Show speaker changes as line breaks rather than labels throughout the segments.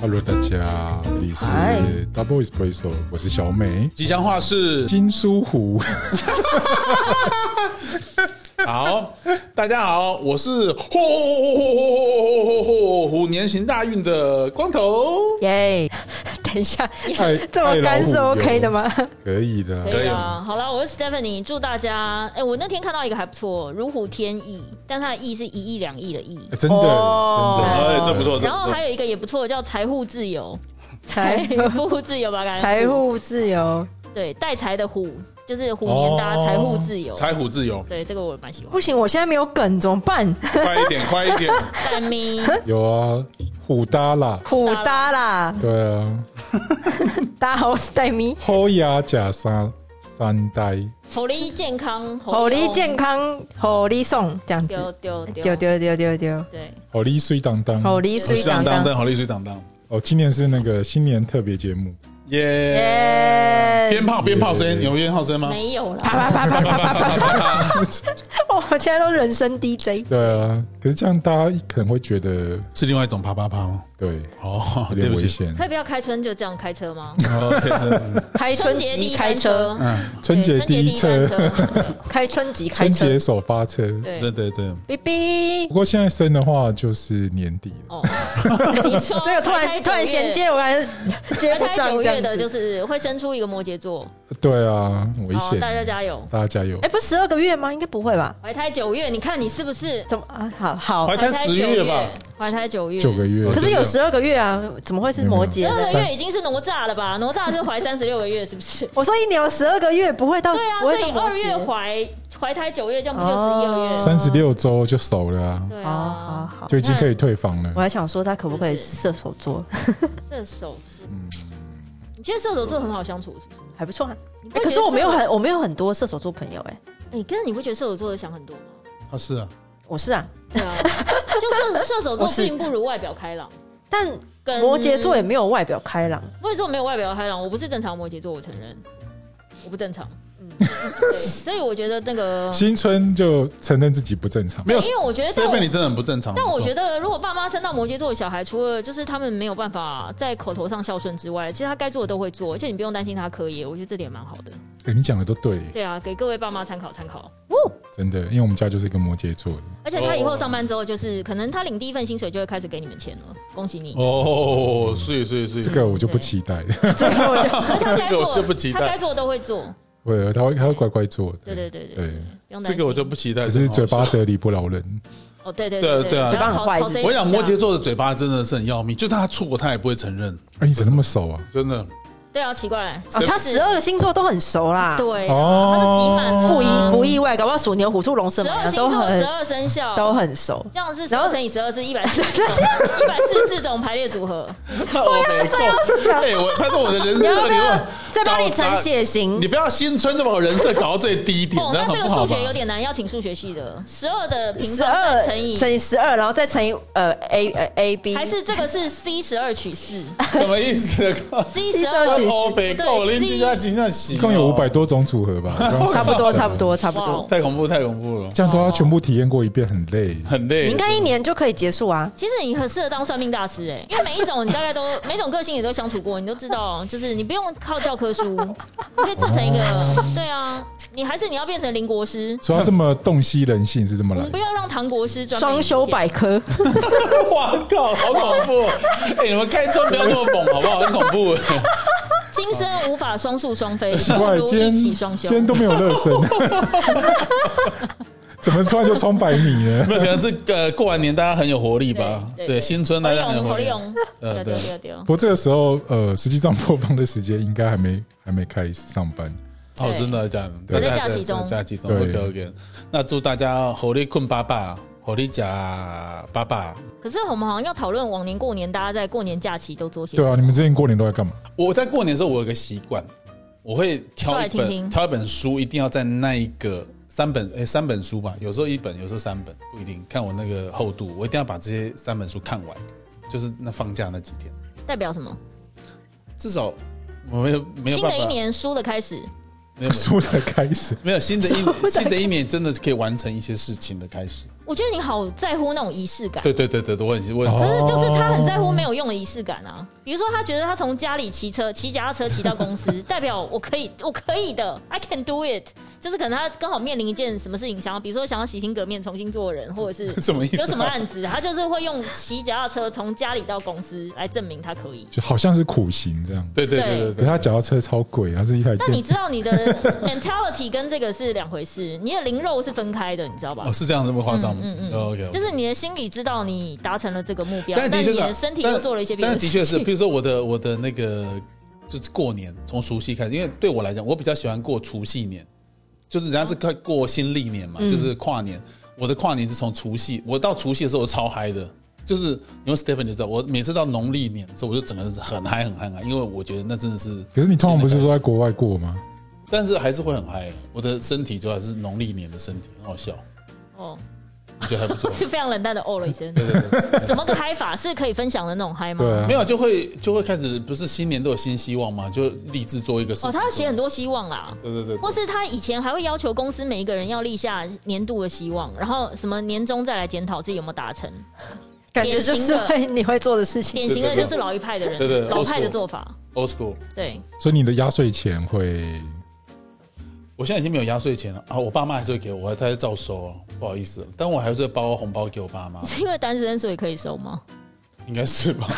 Hello，大家，这里是
嗨
Double Espresso，我是小美。
吉祥话是
金苏 湖，
好，大家好，我是虎虎虎虎虎年行大运的光头，
耶！ 等一下，
爱
这么干是 OK 的？吗？
爱老虎油可以的啦，
可以
啊
啊，
好了，我是 Stephanie，祝大家。哎、我那天看到一个还不错，如虎添翼，但它的翼是一亿两亿的亿。
哎真的，真
哦
的，
哎这不错
然后还有一个也不错，叫财富自由，
财
富自由吧， 感觉
财务自由
对带财的虎，就是虎年大家
哦
财富自由。
财虎自由，
对这个我蛮喜欢。
不行，我现在没有梗怎么办？
快一点，快一点，
蛋咪，
有啊，虎搭啦，
虎搭啦，
对啊，
大家好，我是戴咪，
虎牙假三三呆，
虎力健康，
火力健
康，
康，火力送这样
丢
子，
丢
丢
丢，
丢丢丢丢，
对，
好利哦水当当。
火力
水
水当
当当
当，
当，好利水当当，
哦，今年是那个新年特别节目，
耶！
耶
鞭！炮，鞭炮声，有鞭炮声吗？
没有啦。
啪啪啪啪啪啪啪！哇，哦我现在都人生 DJ，
对啊，可是这样大家可能会觉得
是另外一种啪啪啪吗？
对
哦，
有
对
点
不
危
起，
险。
可以不要开春就这样开车吗？
哦对
开 春
节第
集
一
开
班
车，，
春节
对
第一车
春，节第一班车，
开春集开
春
车
节，首发车。
对
对对对，
哔哔
不。过现在生的话就是年底了，
哦， 你说
这个突
哦才开
然
九
突然衔
月
接，我感觉接
才
不
开
上
九
这
月
样
的
子
就。是会生出一个摩羯座，
对啊，危
好，
险。
大家加油！
大家加油
哦哎、！不是十二个月吗？应该不会吧？
怀胎九月，你看你是不是
怎么啊？好好
怀，胎十
九
月吧，？
怀胎九月，
九个月，
可是有十二个月啊，怎么会是摩羯
十二
呢？？
个月已经是哪吒了吧？哪吒是怀三十六个月，是不是
我说一年有十二个月，不会到
对啊，
不
所
会
以
到摩
二
羯
月怀怀胎九月，这样不就十一二月？
三十六周就熟了啊，
对
哦，好
啊，
好。
就已经可以退房
我
了。
还想说他可不可以
是不
射
是
手座，
射手座，你觉得射手座很好相处是不是？
还不错啊。
你不
哎
会
可
觉
是
得
我没有
射
很我没有很多射手座朋友哎、
哎，可是你不觉得射手座的想 很多吗？
啊是啊，
我是啊，
对啊，就是射手座
我是
并不如外表开朗，
但
跟
摩羯座也没有外表开朗，
摩羯座没有外表开朗，我不是正常摩羯座，我承认我不正常。 嗯，对，所以我觉得那个，
新春就承认自己不正常，
没有
因为我觉得但我
，Stephen 你真的很不正常，
但我
得
觉得，如果爸妈生到摩羯座的小孩，除了就是他们没有办法在口头上孝顺之外，其实他该做的都会做，而且你不用担心他课业，我觉得这点蛮好的。
哎
嗯
你讲的都对，
对啊，给各位爸妈参考参考。
真的，因为我们家就是一个摩羯座的，
而且他以后上班之后，就是可能他领第一份薪水就会开始给你们钱了，恭喜你。
哦，是是
嗯
是，
这个我就不期待了，
这个我就
所以他该
这个我就不
做
期
的，
待
他该做的都会做。
对，他会他会乖乖做的，
对对对对，
对，
不用担
这
心。
个我就不期待，
只是嘴
真的好
巴
笑。
得理不饶
嗯
人，
哦，对对
对啊
对
对啊
不要
嘴巴很
考
坏
考谁
我想
一下
摩羯座的嘴巴真的是很要命，就算他错，他也不会承认，
哎，你怎么那么熟啊？
真 的。
对啊，奇怪，
啊他十二个星座都很熟啦，
对，啊他都挤满
哦，
了
不意不意外，搞不好鼠牛虎兔龙蛇
十
马
二
羊
星
都
座、十
很
二生肖
都很熟。
这样是十
然后
二乘以十二是一百四十一百四四种排列组合。
我没错，哎、我他说我的人
你要
设，
不
你
要再帮你
成
成血型
你？不要新春就把我人设搞到最低 点，
哦，
那
那
很
这
不
个
好
数
吧
学？有点难，要请数学系的。十二的平
十
方
二
再乘以，
乘以十二，然后再乘以呃 A 呃 A B，
还是这个是 C 十二取四
什么意思？
，C 十 二
12取
取
四
哦，北够了，林
对
居
C
家金像洗，
一共有五百，多种组合 吧，我刚刚
哦差不多
想
差不多哦差不
哇
多
哦。
哦太恐怖，太恐怖了，
这样都要全部体验过一遍，很 累。
很累。
你应该一年就可以结束啊！
其实你很适合当算命大师哎、因为每一种你大概都每种个性也都相处过，你都知道，就是你不用靠教科书，你可以制成一个。
哦
对啊，你还是你要变成林国师，
说到这么洞悉人性是这么
我
来
们不
的，
要让唐国师专门
双修
理解
百 科，
哇靠，好恐怖！哎、你们开春不要那么猛，好不好？很恐怖。
今生无法双宿双飞，
奇怪，
不如
今
一
天
起
今
双修。
天都没有热身，怎么突然就冲百米了？
没有，可能是呃，过完年大家很有活力吧？对，
对对对
新春大家很有
火
活
力
力。
勇，
呃
对
对
对对对。
不过这个时候，呃，实际上播放的时间应该还没还没开始上班，
哦，真的这样，
对
大
还
家
在假期中
在假期中
对
，OK OK。那祝大家火力困爸爸，火力甲爸爸。
可是我们好像要讨论往年过年，大家在过年假期都做些什
对
么？
啊，你们之前过年都在干嘛？
我在过年的时候，我有个习惯，我会挑一
说来听
本
听
挑一本书，一定要在那一个三本诶、三本书吧，有时候一本，有时候三本，不一定看我那个厚度，我一定要把这些三本书看完，就是那放假那几天，
代表什么？
至少我没有没有
新
办
的
法，
一年书的开始，
没有
书的开始，
没有新的一年新的一年真的可以完成一些事情的开始，
我觉得你好在乎那种仪式感。
对对对对，对我很我很
就是就是他很在乎没有用的仪式感啊，比如说他觉得他从家里骑车骑脚踏车骑到 公司，代表我可以我可以的，I can do it。就是可能他刚好面临一件什么事情，想要比如说想要洗心革面重新做人，或者是
什么意思啊
有什么案子，他就是会用骑脚踏车从家里到公司来证明他可以。
就好像是苦行这样。
对对对对
可
对
是，他脚踏车超贵，它是一台
但你
电，
知 道你的 mentality 跟这个是两回事，你的灵肉是分开的，你知道吧？
哦，是这样这么夸张吗？OK，
嗯就是你的心里知道你达成了这个目标，
但的确
你
是啊
的身体
但
又做了一些别
但
的
是
事
的
情。
确是，譬如说我的我的那个就是过年，从除夕开始，因为对我来讲，我比较喜欢过除夕年，就是人家是快过新历年
嗯
嘛，就是跨年。我的跨年是从除夕，我到除夕的时候我超嗨的，就是因为 Stephen 就知道，我每次到农历年的时候，我就整个人是很嗨很嗨啊，因为我觉得那真的是。
可是你通常不是都在国外过吗？
但是还是会很嗨，我的身体就还是农历年的身体，很好笑，
哦，。
我觉得还不错
是非常冷淡的哦了一声。
对对对。
怎么个嗨法是可以分享的那种嗨吗？
对啊
没，有，就会就会开始，不是新年都有新希望嘛，就立志做一个事情。
哦，他要写很多希望啦，
对。对对对
或，是他以前还会要求公司每一个人要立下年度的希望，然后什么年终再来检讨自己有没有达成。
感觉就是会你会做的事情。
典型的就是老一派的人，
对对对
老派
old
的
school
做法。
old school。
对，
所以你的压岁钱会
我现在已经没有压岁钱了啊，我爸妈还是会给我，他是照收啊，不好意思，但我还是会包红包给 我爸妈，
是因为单身所以可以收吗？
应该是吧？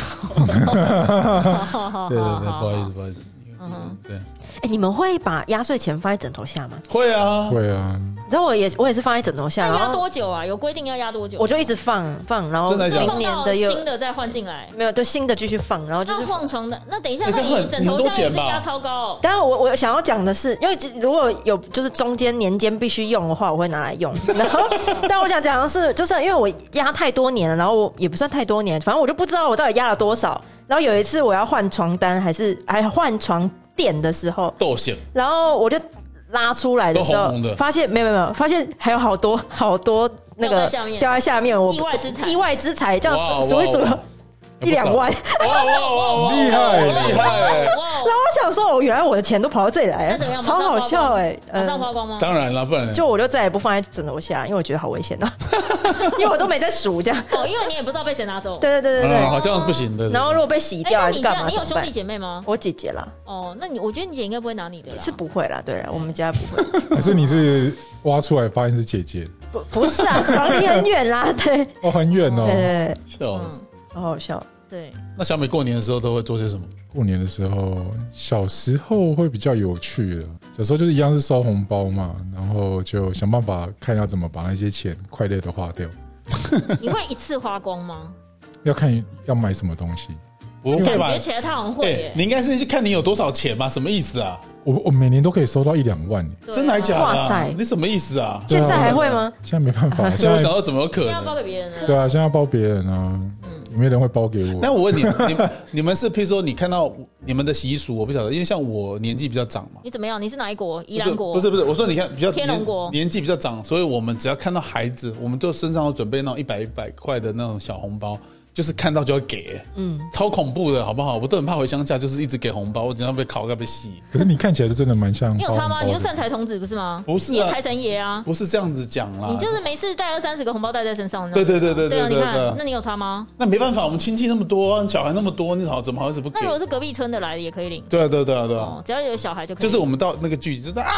好好
对对
好
对，不好意思，
好。
不好意思，因为就是对，
哎、你们会把压岁钱放在枕头下吗？
会啊，
会啊，
你知道我也我也是放在枕头下，
那
然
压
后
多久啊？有规定要压多久？
我就一直放放，然后
真的假的
明
放
年
到
的又
新的再换进来。
没有，就新的继续放，然后就
那
是
换床的，那等一下，
哎
那
这很
你枕头
很多
下也
钱
是
吧
压超高哦。
当然我，我想要讲的是，因为其如果有就是中间年间必须用的话，我会拿来用。然 后，但我想讲的是，就是因为我压太多年了，然后我也不算太多年，反正我就不知道我到底压了多少。然后有一次我要换床单，还是还换床垫的时候，
豆馅
然后我就拉出来的时
都
候，
红红的
发现没有没有没有，发现还有好多好多那
掉
个
在下面
掉在下面，我
意外之财
意外之财，这
哇
样数数一数
哇哇
一两
哎
万。
哇哇哇哇，
厉害
厉害！
哇哦，
然后我想说，哦，原来我的钱都跑到这里来
那
了
怎么样？，
超好笑哎、
马
嗯
上花光吗？
当然了，不然
就我就再也不放在枕头下，因为我觉得好危险啊， 因为我都没在数这样。
哦，因为你也不知道被谁拿走。
对对对对对。
嗯，好像不行的。
然后如果被洗
哎，
掉
那
还
你
是
这
干嘛？
样，你有
怎么
兄
办
弟姐妹吗？
我姐姐啦，
哦，那你我觉得你姐应该不会拿你的啦。
是不会啦，对啦，啊我们家不会，
可是你是挖出来发现是姐姐，
不不是啊，床离很远啦，对对
哦，很远
对
哦。
对，
笑死。
好好笑。
嗯对，
那小美过年的时候都会做些什么？
过年的时候，小时候会比较有趣了。小时候就是一样是收红包嘛，然后就想办法看要怎么把那些钱快乐的花掉，
你会一次花光吗？
要看要买什么东西。
不会
感
吧
觉？起来他好像会
哎
耶，
你应该是去看你有多少钱吧？什么意思啊？
我我每年都可以收到一两万耶，
对啊
真的还假的啊？
哇塞
你什么意思啊？
对啊
现在还会吗？
现在没办 法，
现
现
在我想
在
到怎么有可
一定要包
能？
给别人
对
的。
啊，现在要包别人啊，
嗯
也没人会包给
那
我。
我问你，你们你们是譬如说你看到你们的习俗，我不晓得，因为像我年纪比较长嘛，
你怎么样？你是哪一国？
不
伊
是
朗国？
不是不是，我说你看比较
天龙国
年年纪比较长，所以我们只要看到孩子，我们就身上要准备那种一百一百块的那种小红包，就是看到就要给，嗯，超恐怖的好不好？我都很怕回乡下，就是一直给红包，我经常被烤，要被洗。
可是你看起来就真的蛮像
你有
包红
差
包
吗？
的
你就善财童子不是吗？
哦不是啊
你财神爷啊！
不是这样子讲啦，
你就是没事带二三十个红包袋在身上。
对对对对
对
对
啊！你
对
看，那
对，
你有差吗？
那没办法，我们亲戚那么多啊，小孩那么多，你好怎么好意思不给
那？如果是隔壁村的来的也可以领。
对啊对啊对啊对啊
哦，，只要有小孩就可以。
就是我们到那个聚集，就是啊，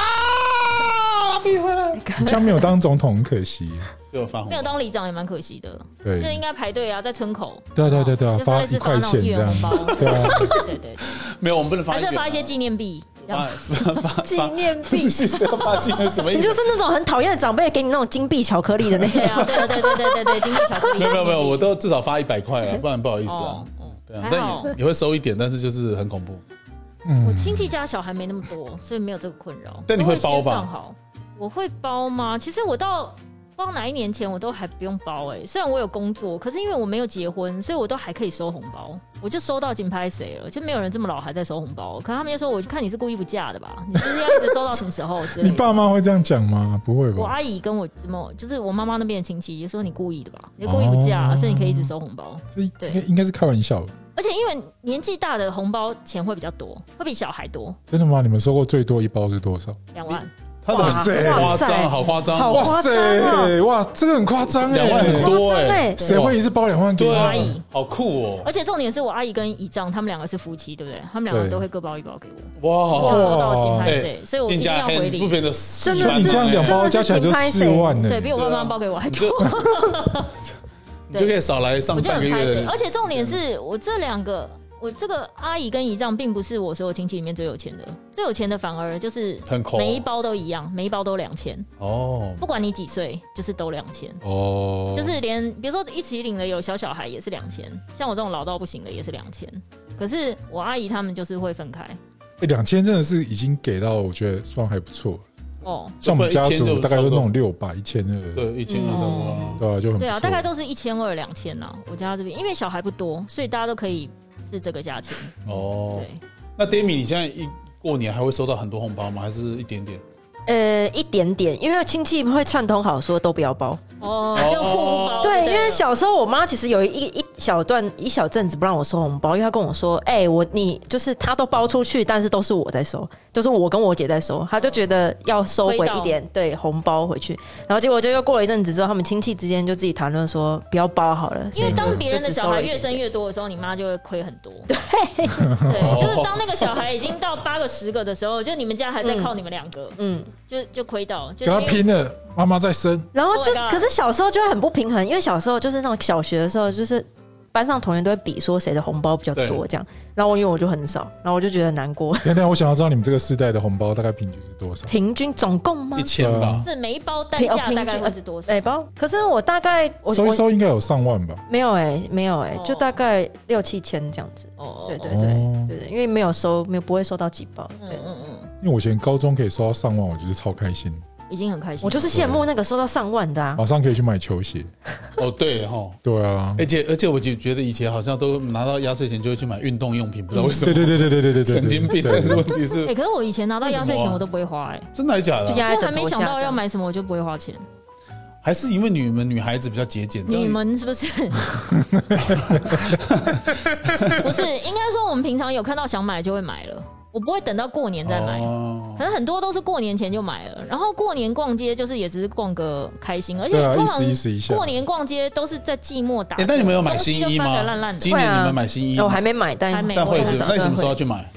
必回来，
你这样没有当总统很可惜。
就发红
没有
包。
当里长也蛮可惜的，
对
就应该排队啊，在 村口。
对啊对啊对啊对啊
就，
发
类
一
似
块
那种
钱
一
这
元
样
红，包，
对啊，
对对对，
没有，我们不能发一
还是
元啊，
发一些纪念币。这样
发发发
纪念币，
是是要发纪念什么意
你
思
就？是那种很讨厌的长辈给你那种金币巧克力 的那
对
种。
啊，对对对对对对，金币巧克力。
没有没有没有，我都至少发一百 块啊，不然不好意思啊
哦。哦
对啊，
还好
但也也会收一点，但是就是很恐怖。
我
嗯，
亲戚家小孩没那么多，所以没有这个困扰。
但你会包吧
都先算好，我会包吗？其实我到。不知道哪一年前我都还不用包哎、虽然我有工作，可是因为我没有结婚，所以我都还可以收红包，我就收到金牌谁了，就没有人这么老还在收红包。哦可他们就说，我看你是故意不嫁的吧，你是要一直收到什么时候之类
你
的。
爸妈会这样讲吗？不会
我啊
吧？
阿姨跟我这么，就是我妈妈那边的亲戚，也说你故意的吧，你故意不嫁、
哦
所以你可以一直收红包。
这应该
对
应该是开玩笑的，
而且因为年纪大的红包钱会比较多，会比小孩多
真的吗？你们收过最多一包是多少？
两万，
他的
哇塞
夸
哇塞
张，好夸张，
好
哇
夸张
塞，
哦
哇，这个很夸张
两万很
哎，
多
夸张
哎
欸，
谁会一次包两万给你
对啊
阿姨，
好酷哦，
而且重点是我阿姨跟姨丈他们两个是夫妻，对不对？他们两个
对
都会各包一包给我，我就
哇，
收到金牌
哎
税，，所以我一
进
定要
家
回
不嗯
礼。
变得
真的
你
是
这样两包加起来就四万呢、欸
对比我爸妈包给我还
你就
多，
你就可以少来上
我就
半
很
个
开
月
心。而
的，
且重点是我这两个，我这个阿姨跟姨丈并不是我所有亲戚里面最有钱的，最有钱的反而就是
很抠
每一包都一样，每一包都两千，
哦
不管你几岁，就是都两千。
哦，
就是连比如说一起领的有小小孩也是两千，像我这种老到不行的也是两千。可是我阿姨他们就是会分开
两千、0真的是已经给到，我觉得算还不错。
哦，
像我们家
就不然
族
1000
大概都
就差不多
弄六百、一千二，
对，一千二
嗯
三万，
对啊，就很不错
对啊，大概都是一千二两千呐。我家这边因为小孩不多，所以大家都可以是这个价钱。
哦，
嗯对，
那 d a m i 你现在一过年还会收到很多红包吗？还是一点点？
呃，一点点，因为亲戚会串通好说都不要包。
哦，就互不包。啊
对，因为
了
小时候我妈其实有一一小段一小阵子不让我收红包，因为她跟我说：“哎、我你就是她都包出去，但是都是我在收，就是我跟我姐在收。”她就觉得要收回一点对红包回去，然后结果就又过了一阵子之后，他们亲戚之间就自己谈论说不要包好了，
因为当别人的小
就只收了
孩
一点
越生越多的时候，你妈就会亏很多。 哦对，就是当那个小孩已经到八个、十个的时候，就你们家还在靠你们两 个，
嗯，
就就亏到，就
跟他
因为
拼了，妈妈在生，
然后就、
Oh my
可
God
是小时候就会很不平衡，因为小时候就是那种小学的时候，就是班上同学都会比说谁的红包比较多
对
这样，然后我因为我就很少，然后我就觉得很难过。
等等，我想要知道你们这个世代的红包大概平均是多少？
平均总共吗
一？千吧，
是每一包单
平哦
价
平
大概
均
会是多少
哎、？包，可是我大概我
收一
我
收应该有上万吧？
没有哎、没有哎、
哦
就大概六七千这样子。
哦
对对
嗯
对、
哦
对对，因为没有收，没有不会收到几包。对，
嗯嗯，
因为我以前高中可以收到上万，我就是超开心，
已经很开心。
我就是羡慕那个收到上万的啊。
马上可以去买球鞋。啊
哦对哈。
对啊，
而且而且，我就觉得以前好像都拿到压岁钱就会去买运动用品，不知道为什
对
么。
对对对对对对对，
神经病！
对
但是问题 是
哎、，可是我以前拿到压岁
为什
钱
么啊
我都不会花、哎，
真的还是假的
就
啊？
压在
就
枕
还没
头
想
下
到
这
要
样
买什么我就不会花钱。
还是因为你们女孩子比较节俭？这样
你们是 不是？不是，应该说我们平常有看到想买就会买了，我不会等到过年再买。
哦
可能很多都是过年前就买了，然后过年逛街就是也只是逛个开心，而且
对啊
通
意思意思一下
常过年逛街都是在寂寞打折。
哎，但你们有买
东西
新
就
衣
翻
吗
得烂烂？的
今年你们买新衣
哦
吗？
我还没买，但
还没
但会
我
是
通常
那你什么
都
时候要
会
去买？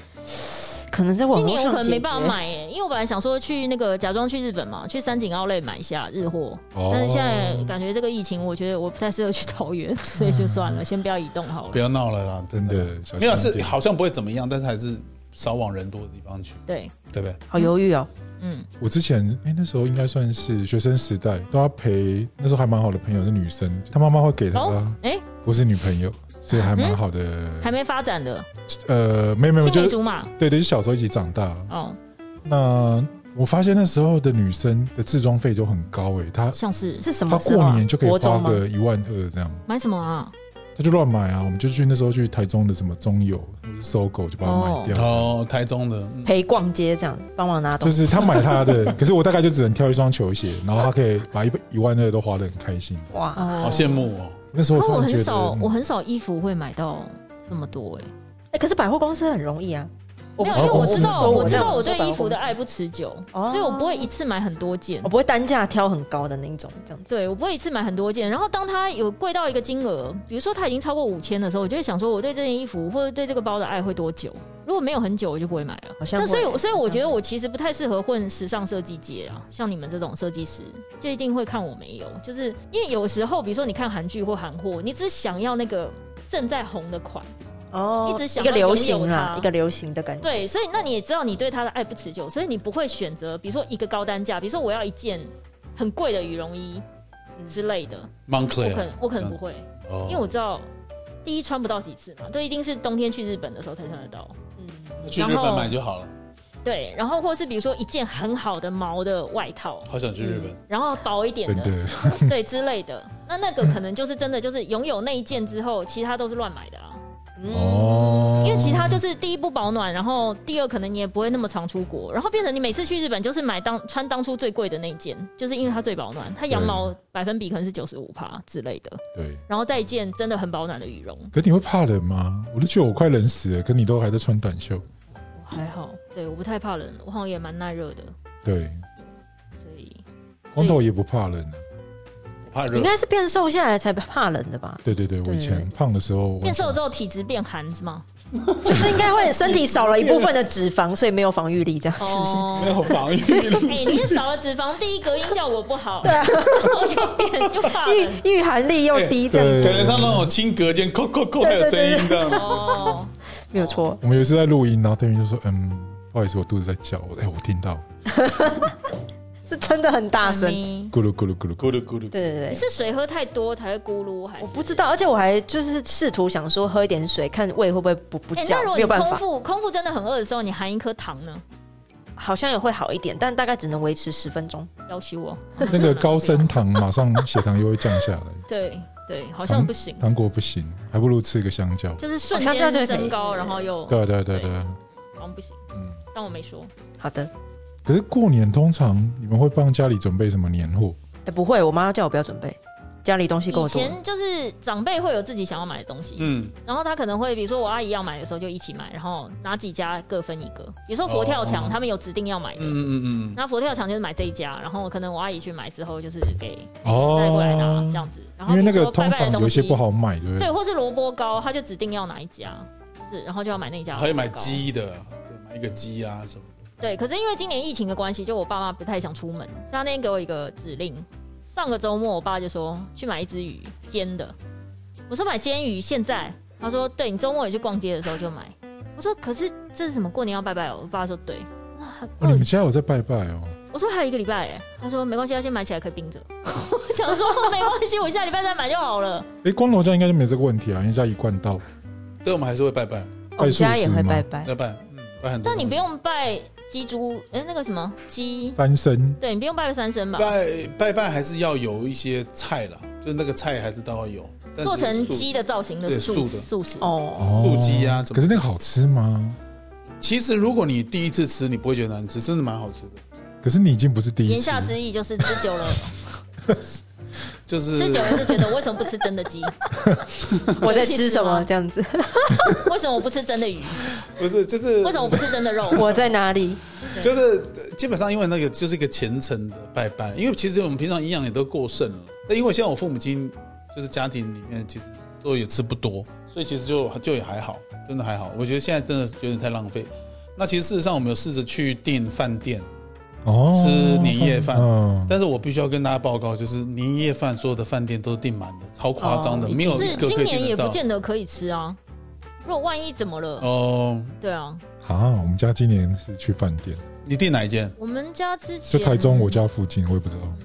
可能在网
今
络
年我
上
可能
解
没办法
决
买、欸耶，因为我本来想说去那个假装去日本嘛，去三井奥莱买一下日货，
哦
但是现在感觉这个疫情，我觉得我不太适合去桃园， 所以就算
嗯
了，先不要移动好
不
了。
要闹了啦，真
真
的。
的小
没有啊
心一
是
点。
好像不会怎么样，但是还是少往人多的地方去，
对，
对不对？
好犹豫哦。
嗯，
我之前哎、那时候应该算是学生时代，都要陪那时候还蛮好的朋友是女生，她妈妈会给她，
哦，哎、
不是女朋友，所以还蛮好的。
还没发展的，
呃，没有没有，
青梅
就是
竹马，
对对，就小时候一起长大。
哦，
那我发现那时候的女生的自装费就很高诶、她
像哦是
是什
她
么时候啊？
过年就可以
国
花
中吗？
个一万二这样，
买什么啊？
她就乱买啊。我们就去那时候去台中的什么中友或者搜狗就把它买掉。
哦，台中的，嗯
陪逛街这样，帮忙拿东
就
西。
是她买她 的，可是我大概就只能挑一双球鞋，然后她可以把一一万二都花得很开心。
哇，
哦
好羡。慕哦。
那时候
可
突
我
然觉
很
得，
少，
嗯
我很少衣服会买到这么多、哎，
哎，可是百货公司很容易啊。我
没
不
有，
是
因为我知道，
我
我
我
知道我
在
对
百货
衣服的
公司
爱不持久，
哦
所以我不会一次买很多件
我。不会单价挑很高的那一种，这样子。
对，我不会一次买很多件。然后当它有贵到一个金额，比如说它已经超过五千的时候，我就会想说，我对这件衣服或者对这个包的爱会多久？如果没有很久，我就不会买了。
好像
那所以
会
我，所以
好
我
像
觉得
会
我其实不太适合混时尚设计界啊。像你们这种设计师，就一定会看我没有，就是因为有时候，比如说你看韩剧或韩货，你只想要那个正在红的款，
哦
一直想
一个
要拥有
流行啦
它，
一个流行的感觉。
对，所以那你也知道你对它的爱不持久，所以你不会选择，比如说一个高单价，比如说我要一件很贵的羽绒衣
嗯
之类的，我
Montclair，
可能我可能不会。
啊哦，
因为我知道第一穿不到几次嘛，都一定是冬天去日本的时候才穿得到。
去日本买就好了。
对，然后或是比如说一件很好的毛的外套，
好想去日本，
然后薄一点
真
的，
的，
对之类的，那那个可能就是真的就是拥有那一件之后，其他都是乱买的啊。
嗯
哦，
因为其他就是第一不保暖，然后第二可能你也不会那么常出国，然后变成你每次去日本就是买当穿当初最贵的那一件，就是因为它最保暖，它羊毛百分比可能是九十五帕之类的，
对。
然后再一件真的很保暖的羽绒，
可你会怕冷吗？我都觉得我快冷死了，可你都还在穿短袖。
还好，对，我不太怕冷，我好像也蛮耐热的。
对，光头也不怕冷啊。
我怕热
应。该是变瘦下来才怕冷的吧？
对对对，我以前
对
胖的时候，
变瘦之
后，
后体质变寒是吗？
就是应该会身体少了一部分的脂肪，所以没有防御力，这样是不是？
没
哦
有防御
哎、
力，
你这少了脂肪，第一隔音效果不好，对 啊，变就 怕了。
御御寒力又低，这样
对
子
感觉像那种轻隔间扣扣扣还有声音这样。
哦，
没有错。
我们有一次在录音，然后对面就说：“嗯，不好意思，我肚子在叫。”我哎，我听到
是真的很大声。
你
咕噜咕噜咕噜咕噜。
咕噜咕噜，
对对对，
嗯是水喝太多才会咕噜，还
我
是？
不知道，而且我还就是试图想说喝一点水，看胃会不会不不
哎、
叫
那如，果
没
你
有办
空
法，
腹空腹真的很饿的时候，你含一颗糖呢？
好像也会好一点，但大概只能维持十分钟。
要求我
那个高升糖马上血糖又会降下来，
对对，好像不行，
糖果不行，还不如吃个香 蕉。
就是瞬
好像这
间
样就可
升
以
高，然后又
对啊对啊对啊对啊，
好像不行，
嗯。
但我没说。
好的，
可是过年通常你们会帮家里准备什么年货？
哎，不会，我妈叫我不要准备，家里东西够
以
多了。
前就是长辈会有自己想要买的东西，
嗯，
然后他可能会，比如说我阿姨要买的时候就一起买，然后哪几家各分一个。比如说佛跳墙，
哦
他们有指定要买
嗯
的，
嗯嗯嗯，
那佛跳墙就是买这一家，然后可能我阿姨去买之后就是给
哦
带过来拿这样子。然后
因为那
比如
个
说
通
拜拜
常
的东
有一
西
些不好买，对不哦
对，
对？
或是萝卜糕，他就指定要哪一家，就是然后就要买那一家。
还有买，鸡的，对，买一个鸡啊什么的。
对。可是因为今年疫情的关系，就我爸妈不太想出门，所以他那天给我一个指令。上个周末，我爸就说去买一只鱼煎的，我说买煎鱼，现在他说对你周末也去逛街的时候就买。我说可是这是什么过年要拜拜哦？我爸说对，那还
哦，你们家有在拜拜哦？
我说还有一个礼拜哎，他说没关系，要先买起来可以冰着。 我想说没关系，我下礼拜再买就好了。
哎，光头家应该就没这个问题啊，因为家一贯道
对，我们还是会拜拜，
我们家也
拜寿
会
司吗
拜拜，
拜拜，嗯，拜很多。
但你不用拜鸡猪，哎、那个什么鸡，
三生
对你不用拜三牲吧？
拜拜拜还是要有一些菜啦，就是那个菜还是都要有，但
做成
是素
鸡的造型的
对
素
素的
素食，
哦，
哦
素鸡啊什么
可是那个好吃吗？
其实如果你第一次吃，你不会觉得难吃，真的蛮好吃的。
可是你已经不是第一
言
次
下，之意就是吃 久了，
就是
吃久了就觉得为什么不吃真的 鸡？
我在吃什么这样子？
为什么我不吃真的鱼？
不是就是
为什么我不吃真的肉？
我在哪里？
就是呃基本上因为那个就是一个虔诚的拜拜，因为其实我们平常营养也都过剩了。那因为像我父母亲就是家庭里面其实都也吃不多，所以其实就就也还好，真的还好。我觉得现在真的是有点太浪费。那其实事实上我们有试着去订饭店，
哦，
吃年夜饭
嗯，
但是我必须要跟大家报告，就是年夜饭所有的饭店都订满了，超夸张的，
哦
没有
是
一个
今
可以
年也
订得到。
不见得可以吃啊。如果万一怎么了？
哦，
对啊，
啊，我们家今年是去饭店，
你订哪一间？
我们家之
就
前
台中我家附近，我也不知道
嗯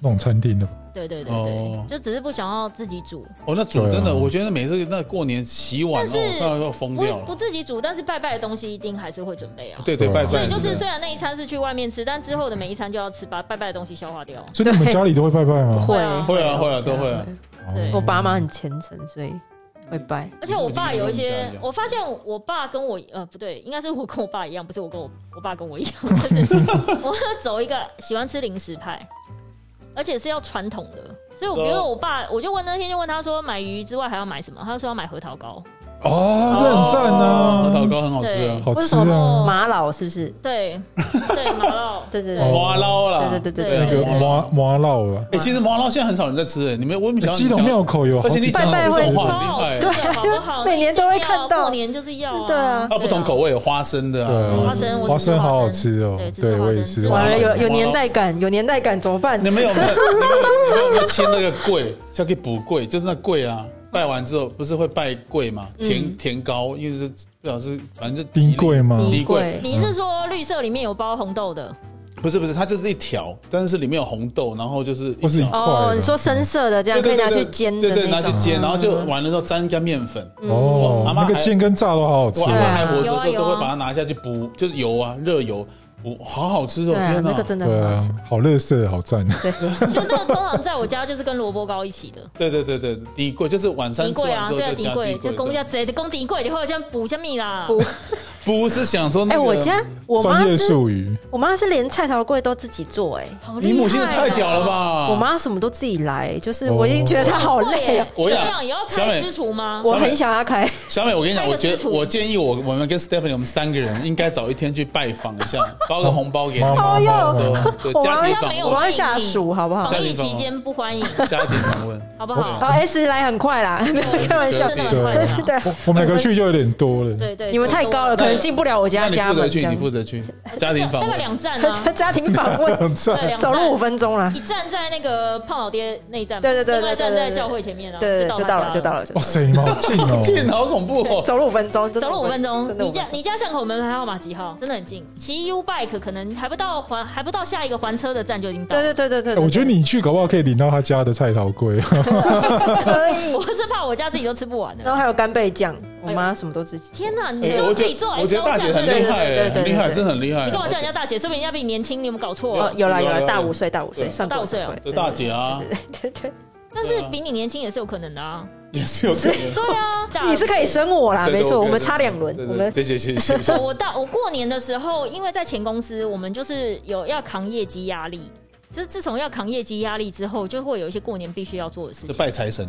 那种餐厅的，
对对对
哦
对，就只是不想要自己煮，
哦，那煮真
对
的，
啊
我觉得每次那过年洗碗，
但是
哦，我当然要疯
不
掉
不
了。
自己煮，但是拜拜的东西一定还是会准备啊。
对对，
对啊
拜
所
拜
以就
真
是
的
虽然那一餐是去外面吃，但之后的每一餐就要吃，把拜拜的东西消化掉。
所以你们家里都会拜拜吗？ 哦
会啊
会啊会啊都会啊。
对
我爸妈很虔诚，所以会拜。
而且我爸有一
你是不是已
些
经跟我们家一，样
我发现我爸跟我呃不对，应该是我跟我爸一样，不是我跟我我爸跟我一 样，就是我走一个喜欢吃零食派，而且是要传统的。所以我比如说我爸，我就问那天就问他说买鱼之外还要买什么，他就说要买核桃糕。
哦，这很赞啊，
核桃糕很好吃啊
对。
好
为
吃
什么
啊，
玛老是不是？
对对，麻 辣
对
哦
对对
麻捞啦，
对对对
啊
那
对
个麻麻烙啊，
哎，其实麻捞现在很少人在吃，哎，你们我没想到
基
你
隆
讲
庙口有好
而且你
几
讲
家
拜拜
这
会
种
是
话
超
很厉
好
害
吃
欸。
的，好不 好？
每年都会看到
过年就是要啊，
对啊
啊，不同口味有花生的
对啊
啊。
花生我
花
只吃
生好
花
好
生
吃哦
对，只吃
对
花
我也
生
吃
只
花
完
生
了，有有年代感，有年代感怎么办？
你们有没有？你们有没有你们有没有切那个柜？下去补柜，就是那柜啊。拜完之后不是会拜柜嘛？
嗯
甜甜糕，因为是不晓得是反正就吉利
冰柜吗？
你
衣
衣柜
你是说绿色里面有包红豆的？
不是不是，它就是一条，但是里面有红豆，然后就是
或是
一条
哦
快，
你
的
说深色的这样可以拿去煎的
对对，拿
那
去
种，
嗯
煎，然后就完了之后沾一下面粉。
哦
我，阿嬷
那个
还
煎跟炸都好好吃
我阿
对
妈
啊
还活着
有
的
啊
时候
有
都
啊
会把它拿下去补，就是油啊，热油，补好好吃
对
哦！
啊，
天哪，
那个真的
对
很
啊
好吃。，
好乐色，好赞。
就那个通常在我家就是跟萝卜糕一起的。
对对对对，底柜就是晚
底
上吃
柜
完
啊，
之后
对啊，
就
底
加
柜
底
就
柜，
公
对
家贼的公底柜，你后像补下米啦，
补
不是想说那
哎，
个，
我家我妈
专业
是，
术语，
我妈是连菜头柜都自己做，哎，
好哦厉
你
害、
母亲也太屌了！吧！
我妈什么都自己来，
哦
就是我已经觉得她好累
对
啊，，
我跟你讲
这样也要
小美
开私厨吗？
我很想要开。
小美，我跟你讲，
开
我
个
觉
私
得
厨
我建议我我们跟 Stephanie 我们三个人应该找一天去拜访一下，包个红包给你
妈，妈妈
对
妈，
对
我
家
妈
庭
要
访
没有
我
问，
妈下属好不好
家？
防疫
里放
期间 不欢迎，
家庭访问，
好不好？
哦，S 来很快啦，没有开玩笑
真。的很快乐。啊
对
我我们两个去就有点多了。
对对，
你们太高了，可能进不了我
那
家
你
家
负
门
责
这
去，
样。，
你负责去家庭访
大概
问，
两站啊
家庭访 问，
对
在
两站
走路五分钟啦
一。站在那个胖老爹那一站嘛，
对对对对
另外一站
对对
在
对
教会前面啊，
对，
就
就
到
到
他
了，
家
就到。了，就到
哇
了。
塞，你们好近哦！
近好恐怖哦！
走路五分钟，真的
走路五分钟，
真的
你
五分
家你家巷口门牌号码几号？真的很近。骑 U bike 可能还不到还还不到下一个还车的站就已经到。
对对对对对
哎
对，
我觉得你去搞不好可以领到他家的菜头柜，
可以。
我是怕我家自己都吃不完
然后
的。
还有干贝酱，我妈什么都自己。
天哪，你
哎
说
我
自
觉
己做，
得
还
我觉得大姐很厉害
对对
欸，
对对
很厉害，
对
真的很厉害
你。干嘛叫人家大姐？说不定人家比你年轻，你有没有搞错
哦，？有啦有
有有
啦，
有
大五岁，大五岁，
对
算过
大五岁啊
算过
这大姐啊，
对对
但是比你年轻也是有可能的啊。
也是有可能。
对啊，大
对，你是可以生我啦，
对对
没错，我
我
们
可以
差两轮，
对
我
对
们
谢谢谢谢谢谢。
我到我过年的时候，因为在前公司，我们就是有要扛业绩压力，就是自从要扛业绩压力之后，就会有一些过年必须要做的事
就
情。
拜财神，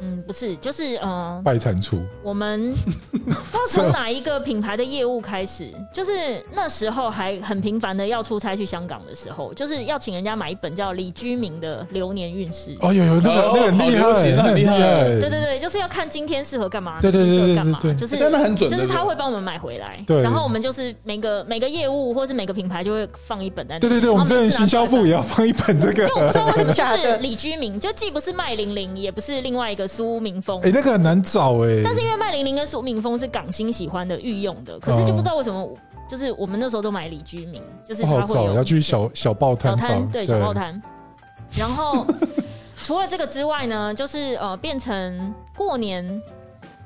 嗯，不是，就是嗯、呃
拜蟾蜍。
我们不知道从哪一个品牌的业务开始，就是那时候还很频繁的要出差去香港的时候，就是要请人家买一本叫李居明的《流年运势》。
哦，有有那个
哦
那个很厉
好流行
害，
那很厉害
对对对，就是要看今天适合干嘛，
对对对
明天适合干嘛
对对对
就是
欸但那很准
就是
对不对
他会帮我们买回来，
对
然后我们就是每个每个业务或是每个品牌就会放一本在那里，
对对对，我
然
们
后
之前
每次拿
行销
出来
部也要放一本这个
就。我不知 道为什么，
假
就是
的
李居明，就既不是麦玲玲，也不是另外一个苏明峰。
哎，那个很难找哎。
但是因为麦玲玲跟苏明峰是港星喜欢的御用的，可是就不知道为什么，就是我们那时候都买李居明，就是
哦不好
他会
找，
有
要去小小报
小
摊找
摊，，对小报摊。然后除了这个之外呢，就是呃，变成过年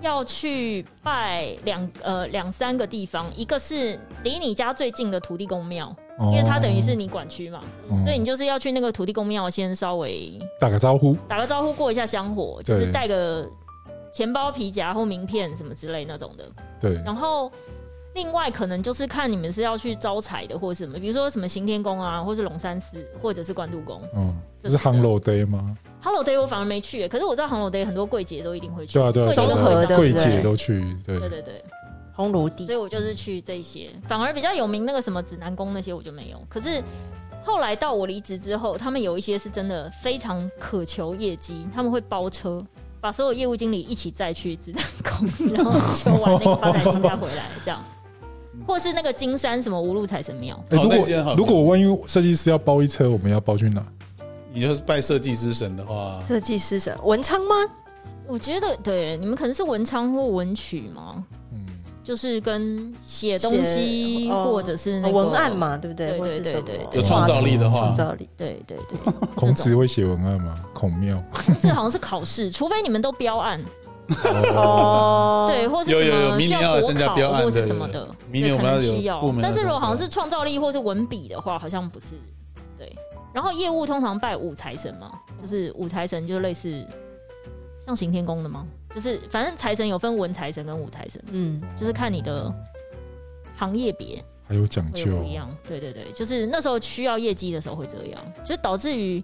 要去拜两呃两三个地方，一个是离你家最近的土地公庙，
哦，
因为它等于是你管区嘛，
哦，
所以你就是要去那个土地公庙先稍微
打个招呼，
打个招呼，过一下香火，就是
对
带个钱包、皮夹或名片什么之类那种的。
对，
然后另外可能就是看你们是要去招财的或什么，比如说什么行天宫啊，或是龙山寺，或者是关渡宫。
嗯，
这
这
是
是 Hello Day 吗？
Hello Day 我反而没去耶，可是我知道 Hello Day 很多柜姐都一定会去，
对啊，对啊，
柜姐
对
都
啊
综合
会
的
这样
柜
对不对
姐都去，对
对，对对，
烘炉
所
地
以我就是去这些，反而比较有名那个什么指南宫那些我就没有。可是后来到我离职之后，他们有一些是真的非常渴求业绩，他们会包车，把所有业务经理一起载去指南宫， 然后修完那个发财金再回来，这样，或是那个金山什么无路财神庙，
哎，
哦
如
那间
果
好
如果万一设计师要包一车，我们要包去哪？
你就是拜设计之神的话，
设计师是文昌吗？
我觉得对你们可能是文昌或文曲嘛，
嗯，
就是跟写东西
写哦
或者是那个
文案，嘛，对不对？
对对
或是
对
什么
对对
有创造力的话
创，造力。
对对对，
孔子会写文案吗？孔庙，
这好像是考试，除非你们都标案。
哦，
对，或是
有
什
有有
么
明年
需
要
国
增加
考
标案
或是
对
什
对
么
对
的，
明
对
年我
可
们
能
要有
需
部门
但是
要
如果
增加
好像是创造力或是文笔的话，好像不是。对，然后业务通常拜五财神嘛，就是五财神就类似像行天宫的吗？就是反正财神有分文财神跟武财神，
嗯，
就是看你的行业别
还有讲
会
究
有不一样。对对对，就是那时候需要业绩的时候会这样，就是导致于。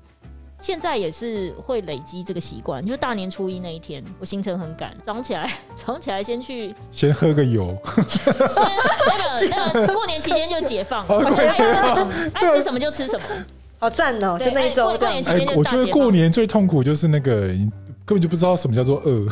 现在也是会累积这个习惯，就是大年初一那一天，我行程很赶，早上起来， 早上起来先去
先喝个油，
先那个那个过年期间就解放，
哦
爱吃什么爱吃什么就吃什么。
好赞哦，
对
就那一周
哎过
这样
过
子。
哎
年，就
我
大
觉得
解
过
放
年最痛苦就是那个，你根本就不知道什么叫做饿，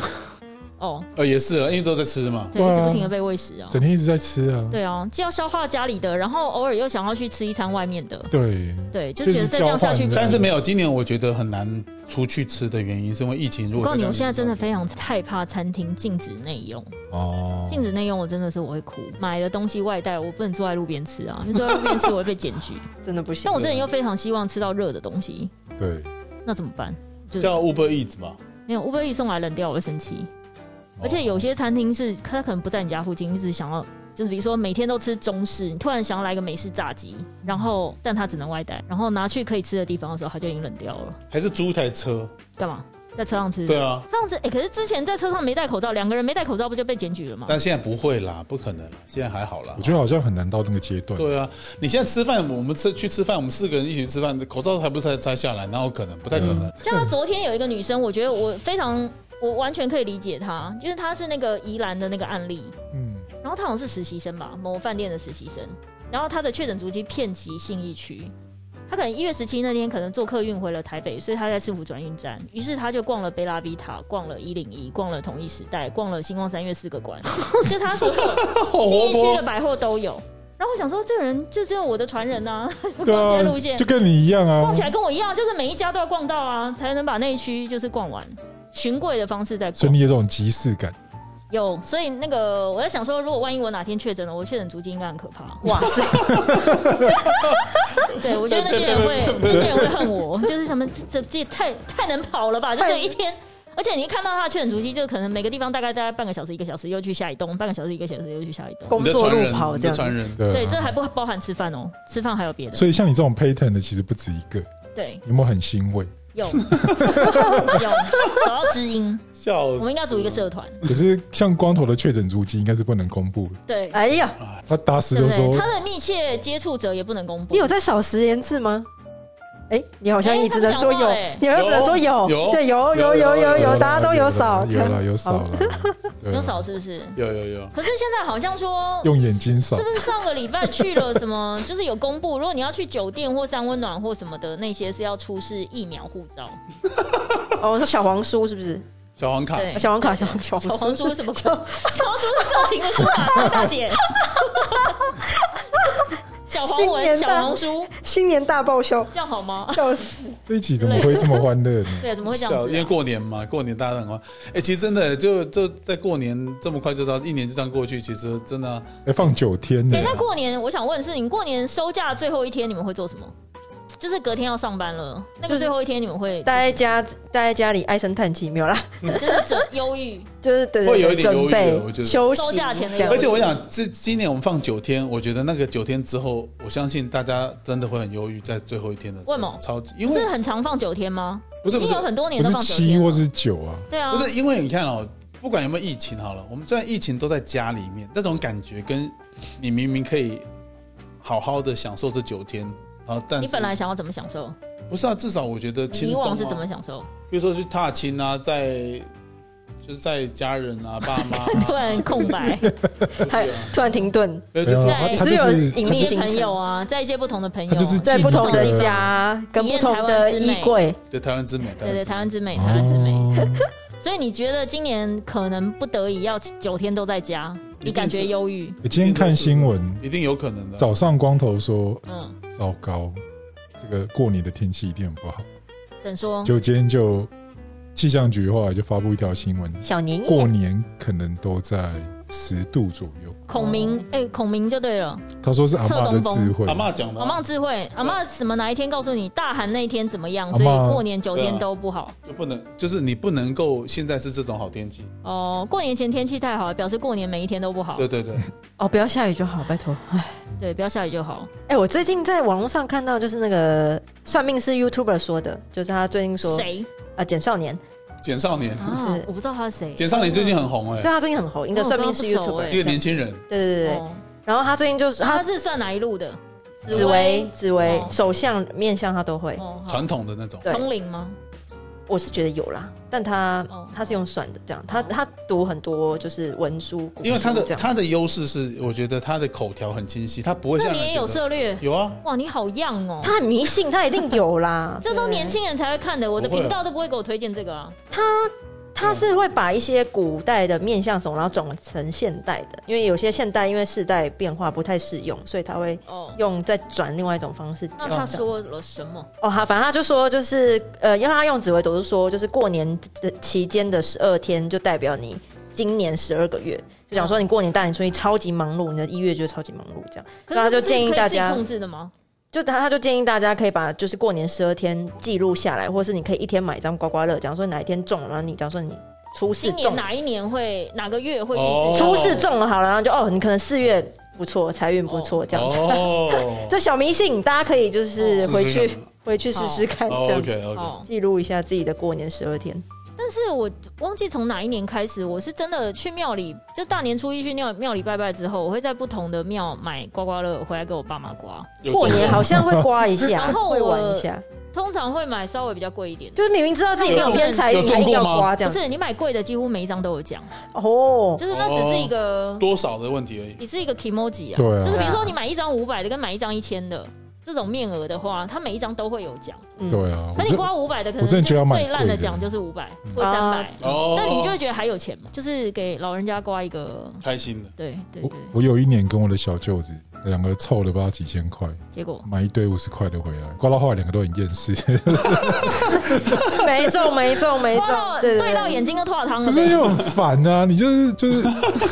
哦，
呃也是了，因为都在吃嘛。
对，
对啊
一直不停的被喂食啊。
整天一直在吃啊，
对啊，既要消化家里的，然后偶尔又想要去吃一餐外面的，
对，
对，就
就是
觉得再这样下去
交换
不
的
行。
但是没有，今年我觉得很难出去吃的原因，是因为疫情。如
我
果
告诉你，
这样
我现在真的非常害怕餐厅禁止内用，
哦，
禁止内用，我真的是我会哭。买了东西外带，我不能坐在路边吃啊，因为坐在路边吃我会被检 举。
真的不行
但。我真的又非常希望吃到热的东西，
对，
那怎么办？就是
叫 Uber Eats 吧，
没有 Uber Eats 送来冷掉，我会生气。而且有些餐厅是他可能不在你家附近，你只想要就是比如说每天都吃中式，你突然想要来个美式炸鸡，然后但他只能外带，然后拿去可以吃的地方的时候，他就已经冷掉了。
还是租一台车，
干嘛？在车上吃。
对啊，
车上吃，哎、可是之前在车上没戴口罩，两个人没戴口罩不就被检举了吗？
但现在不会啦，不可能啦，现在还好啦
我。觉得好像很难到那个阶段。
对啊，你现在吃饭，我们吃去吃饭，我们四个人一起去吃饭，口罩还不是才摘下来，哪有可能？不太可
嗯
能。哦
像她昨天有一个女生，我觉得我非常，我完全可以理解她，因为她是那个宜兰的那个案例，
嗯，
然后她好像是实习生吧，某饭店的实习生，然后她的确诊足迹遍及信义区。她可能一月十七那天可能坐客运回了台北，所以她在市府转运站，于是她就逛了贝拉比塔，逛了一零一，逛了统一时代，逛了星光三月四个馆，就她所有
好
信
活
义区的
泼，
百货都有。然后我想说，这个人就只有我的传人呐、啊，
对
逛街
啊
路线，
就跟你一样啊
逛起，来跟我一样，就是每一家都要逛到啊，才能把那一区就是逛完，巡柜的方式在
所以
逛
你。有这种即视感。
有，所以那个我在想说，如果万一我哪天确诊了，我确诊足迹应该很可怕。
哇塞，
对，我觉得那些人会，那些人会恨我，就是什么这这这也太太能跑了吧，就这一天。而且你一看到他的确诊足迹，就可能每个地方大概大概半个小时一个小时，又去下一栋，半个小时一个小时又去下一栋。
工
你的
作
传
路
人，
跑
你
这
的
样，
传人，
对啊
对，这还不包含吃饭哦，吃饭还有别的。
所以像你这种 pattern 的，其实不止一个，
对，
有没有很欣 慰？
有有找到知音，
笑死。
我们应该组一个社团。
可是像光头的确诊足迹应该是不能公布的，
对，
哎呀，
他打死
对
就
不
说
对？他的密切接触者也不能公布。
你有在少食言字吗？哎、你好像一直在说有，
哎
你好像只能说有，
有
对，有有有有有，大家都有少，
有了有少
好
了，对啊
有少是不是？
有有有，
可是现在好像说，
用眼睛扫
是，不是上个礼拜去了什么？ 就是有公布，如果你要去酒店或三温暖或什么的那些，是要出示疫苗护照。
哦，说小黄书是不是？
小黄卡，
对，
小黄卡小
对对
黄
小
小
黄
黄书
书什 么鬼？小黄书是色情的书啊，这位大姐。小黄
新
文、
年
小
大
黄书，
新年大报销，
这样好吗？
笑死！
这一集怎么会这么欢乐呢？
对，怎么会这样
小，因
子
为
啊？
过年嘛，过年大家都很欢。哎、其实真的就就在过年这么快就到一年就这样过去，其实真的啊、
哎，放九天呢
等一，下过年，我想问的是，你过年收假最后一天你们会做什么？就是隔天要上班了，那
就
个
是
最后一天你 们会
待在家，待在家里唉声叹气，没有啦，
就是这忧郁，
就是对
会有
对对，
一点
准
忧郁
备
我觉得
休
收
息
假前的
这样
忧
而
郁
且我想，这今年我们放九天，我觉得那个九天之后，我相信大家真的会很忧郁，在最后一天的时候。
为什么
超级，因
不是
为
很常放九天吗？
不是
已
不
经
是
有很多
不
年都
是
放九
七
天
或
了。
是九啊，
对啊，
不是因为你看哦，不管有没有疫情好了，我们虽然疫情都在家里面，那种感觉跟你明明可以好好的享受这九天，然后但
你
是
本来想要怎么享受？
不是啊，至少我觉得
你
轻
以
松、啊。
往是怎么享受？
比如说去踏青啊，在就是在家人 啊、爸妈、啊
突然空白，
还突然停顿，
对，
没
就
有
是
啊，他他
只
就
有
是
隐
一
秘
些
行
朋友
程，
啊，在一些不同的朋友
他
啊，
就是
在不同
记
的
录的
家跟不同的衣柜，
对台湾之美，
对 对，台湾之美，台湾之美。
哦，
所以你觉得今年可能不得已要九天都在家，
一定是
你感觉忧郁？
我哎今天看新闻，
一定有可能的。
早上光头说
嗯，
糟糕，这个过年的天气一定很不好。
怎说？
就今天就气象局后来就发布一条新闻，
小年
过
夜，
年可能都在十度左右。
孔明，哎，孔明就对了。
他说是阿嬷的智慧
阿，嬷讲的啊，
阿妈智慧，阿妈什么哪一天告诉你大寒那一天怎么样，
阿嬷
所以过年九
对
天
啊
都不好。
就不能，就是你不能够现在是这种好天气。
哦，过年前天气太好，表示过年每一天都不好
对。对对，
哦，不要下雨就好，拜托。
对，不要下雨就好。
哎、我最近在网络上看到，就是那个算命师 YouTuber 说的，就是他最近说
谁
啊，简少年，
简少年，
啊
是？
我不知道他是谁。
简少年最近很红哎
对，他最近很红，一个
哦
算命师
我刚刚不熟
YouTuber，、
哎
一个年轻人，
对对对对。
哦
然后他最近就是
他
他
是算哪一路的？
紫薇、紫薇、
哦
手相、面相他都会，
哦，好
传统的那种。
对
通灵吗？
我是觉得有啦，但他、
哦
他是用算的，这样他他读很多就是文书，古
因为他
书这
的
样
他的优势是，我觉得他的口条很清晰，他不会
这
像
你也
人
有
觉得
策略？
有啊，
哇，你好样哦！，
他很迷信，他一定有啦
这都
对
年。轻人才会看的，我的
不会啊
频道都不会给我推荐这个啊。
他是会把一些古代的面相什么，然后转成现代的，因为有些现代因为世代变化不太适用，所以他会
哦，
用再转另外一种方式讲
那。他说了什么？
哦，好，反正他就说，就是呃，因为他用紫微斗数说，就是过年的期间的十二天，就代表你今年十二个月，就讲说你过年大年初一超级忙碌，你的一月就超级忙碌这样。
可
然后他
是
就
不是可
建
以
议
自
大
己
家，
控制的吗？
就他他就建议大家可以把就是过年十二天记录下来，或是你可以一天买一张刮刮乐，讲说哪一天中了，然后你讲说你初四
今年
中，
哪一年会哪个月会
哦
运势
初四中了好了，然后就哦，你可能四月不错，财运不错这样子。
哦，
这小迷信，大家可以就是
哦
回去
试试看
回去试试看这样子。
OK OK，
哦，
记录一下自己的过年十二天。
但是我忘记从哪一年开始，我是真的去庙里，就大年初一去庙庙里拜拜之后，我会在不同的庙买刮刮乐回来给我爸妈刮，
有
过
这
年
种
好像会刮一下，
然后我
会玩一下，
通常会买稍微比较贵一点的。
就是明明知道自己没有偏财
有
运，还硬
中过吗
要刮这
不
样。
是你买贵的，几乎每一张都有奖，
哦，
就是那只是一个，
多少的问题而已。
也是一个 emoji 啊，
对啊
就是比如说你买一张五百的跟买一张一千的这种面额的话，它每一张都会有奖。
嗯
对啊，我
可你
这
刮五百的，可
我
能
真的觉得要买
最烂
贵
的
的
奖就是五百或三
啊
百，
哦，
那你就会觉得还有钱嘛，就是给老人家刮一个，
开心的，
对对
我
对，
我有一年跟我的小舅子两个凑了不知道几千块，
结果
买一堆五十块的回来，刮到后来两个都很厌世，
没中，没中，没中
刮，到
对
对到眼睛都脱汤了
可。是又很烦啊！你就是就是，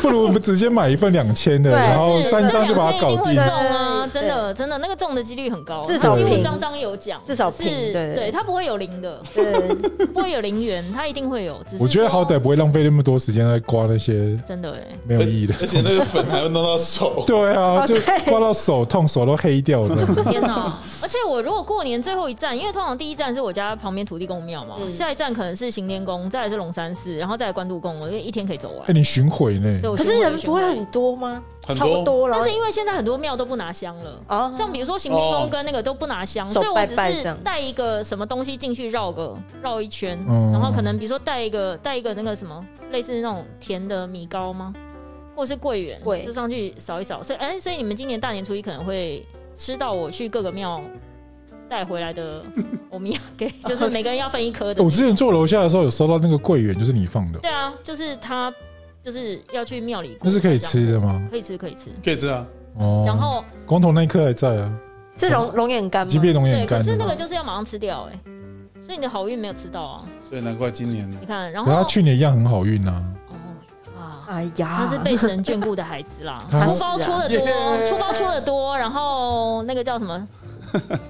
不如我们直接买一份两千的，
对
然后
是
哦三张就把它
这两
搞
千
定
一定会。中啊！
对
真的真的，那个中的几率很高，
至少
它几乎
平
张张有奖，
至少
是
平对对对
对，它不会有零的，
对
不会有零元，它一定会有。只是
我觉得
说
好歹不会浪费那么多时间在刮那些
真的哎，
没有意义的。，
而且那个粉还会弄到手
对啊，
哦
就
对
刮到手痛，手都黑掉的。
天 哪！而且我如果过年最后一站，因为通常第一站是我家旁边土地公庙嘛，
嗯
下一站可能是行天宫，再来是龙山寺，然后再来关渡宫，我一天可以走完
哎，。你巡回呢
对，？我
可是
巡回
人不会
巡回
很多吗？
很
差
多
不多了，
但是因为现在很多庙都不拿香了。
哦，
像比如说行天
哦
宫跟那个都不拿香，
手
所以我
拜
只
拜这
是
样
带一个什么东西进去绕个绕一圈，
嗯
然后可能比如说带一个带一个那个什么类似那种甜的米糕吗，或者是桂圆
桂，
就上去扫一扫。所以哎，所以你们今年大年初一可能会吃到我去各个庙带回 来的欧米亚给，就是每个人要分一颗的
哎哦我。之前坐楼下的时候有收到那个桂圆，就是你放的，
对啊，就是他就是要去庙里，
那是可以，吃的吗？
可以吃，可以吃。
可以这啊样。
哦，
然后
光头那一颗还在啊，
是龙龙眼干
即
吗？
便龙
对，
眼
可
干啊
是那
了
个。就是要马上吃掉哎、所以你的好运没有吃到啊！
所以难怪今年
你看，然
可
后
是他去年一样很好运啊，
哦啊，
哎
他
呀，
是被神眷顾的孩子啦，
他
出
是
包出的
耶
多，出包出的多，然后那个叫什么，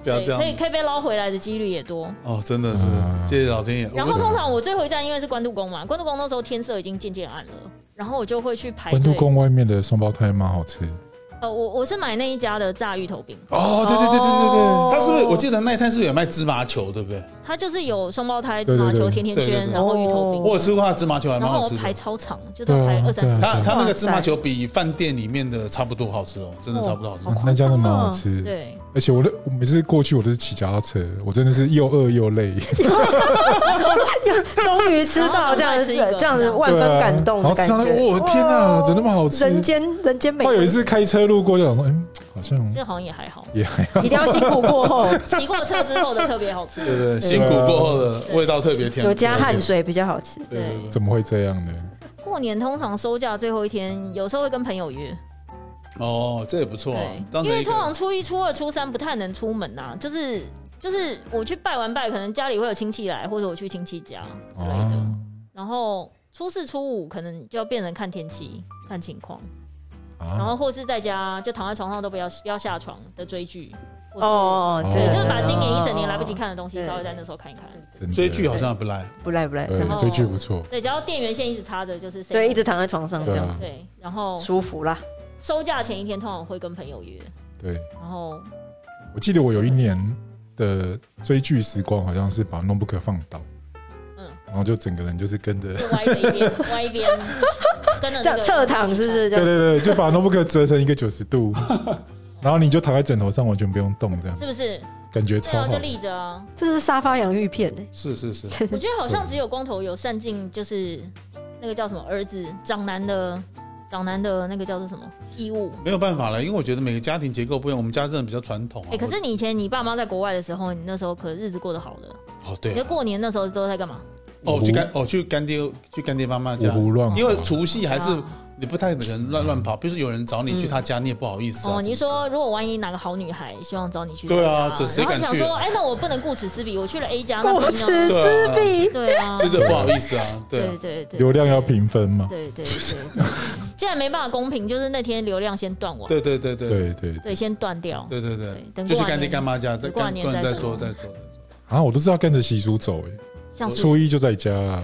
不要这
可以
样
可以被捞回来的几率也多。
哦，真的是
嗯
谢谢老天爷。
然后
我
通常我最后一站因为是关渡宫嘛，关渡宫那时候天色已经渐渐暗了，然后我就会去排
关渡
队。
宫外面的双胞胎蛮好吃。
呃，我我是买那一家的炸芋头饼，
哦，对对对对对
哦
对，他是不是？我记得那一摊是不是有卖芝麻球，对不对？
它就是有双胞胎芝
对对
麻球、
对
甜甜
对对
圈，
对
然后芋头
哦
饼，
我有吃过他的芝麻球，还
然
蛮
后
好
我
吃的
排。超长，就都排
对啊
二三十
对啊
他他那
哇
个
塞
芝麻球比饭店里面的差不多好吃哦，真的差不多好吃
哦。
啊那家真的蛮好吃，
对，
而且我的我每次过去我都是骑脚踏车，我真的是又饿又累，
终于吃到这样子，
然后赶快吃一个
这样子万分感动
对啊然
的
后
感
吃到那个，
觉。
我天哪，
哇
怎么那么好吃？
人间人间美
后，有一次开车路过就想说，嗯，好像
这好像也还好。
也还好
一定要辛苦过后，
骑过车之后的特别好吃。
对对，辛苦过后的味道特别甜，
有加汗水比较好吃。
对。对对
怎么会这样呢？
过年通常收假最后
嗯
一天，有时候会跟朋友约，
哦，这也不错啊。
对，
当
因
成
为
一个
通常初一、初二、初三不太能出门呐、就是就是我去拜完拜，可能家里会有亲戚来，或者我去亲戚家之类的。
哦
啊，
然后初四、初五可能就要变成看天气、看情况，
哦
然
啊
后或是在家就躺在床上都不要不要下床的追剧，或是
哦，
对，
对
就是把今年一整年来不及看的东西，
对
稍微在那时候看一看。
真的
追剧好像还不赖，
不赖不赖，
对
然后
追剧不错，
对，只要电源线一直插着，就是谁
对一直躺在床上这
对
样
啊，
对，然后
舒服啦。
收假前一天通常会跟朋友约，
对，
然后
我记得我有一年的追剧时光好像是把《弄不可放倒》，
嗯
然后就整个人就是跟 着。
就歪着一边，歪一边，跟
这
着那
样
哦个
侧躺是不是这
对
样？
对对，就把 notebook 折成一个九十度， 然后你就躺在枕头上，完全不用动，这样
是不是？
感觉
对
超
啊，就
好。
立着啊。
这是沙发洋芋片欸
是是是，
我觉得好像只有光头有善尽，就是那个叫什么儿子长男的长男的那个叫做什么义务。
没有办法了，因为我觉得每个家庭结构不一样，我们家真的比较传统啊。
哎、可是你以前你爸妈在国外的时候，你那时候可日子过得好的。
哦
你
对
在
啊，
过年那时候都在干嘛？
哦去干哦去干爹去干爹妈妈
五
家，
胡乱华，
因为除夕还是
啊嗯
你不太可能乱乱跑，比如说有人找你去他家，你也不好意思啊。
哦，你
怎么
说如果万一哪个好女孩希望找你去她家，
对啊这谁
然后
敢
你想
去
说，哎、那我不能顾此失彼，我去了 A 家，那
顾
B 呢？
此失彼，
啊对啊，
说真的不好意思 啊，对啊
对对对，
流量要平分嘛。
对对对对，既然没办法公平，就是那天流量先断网，
对对对对
对
对
对，
对，先断掉。
对对
对
对，
等
就去
过完
干爹
年
干妈家，再
过
干
完年
干再
再
说
说
再说。
啊，我都是要跟着习俗走诶，
像是
初一就在家啊，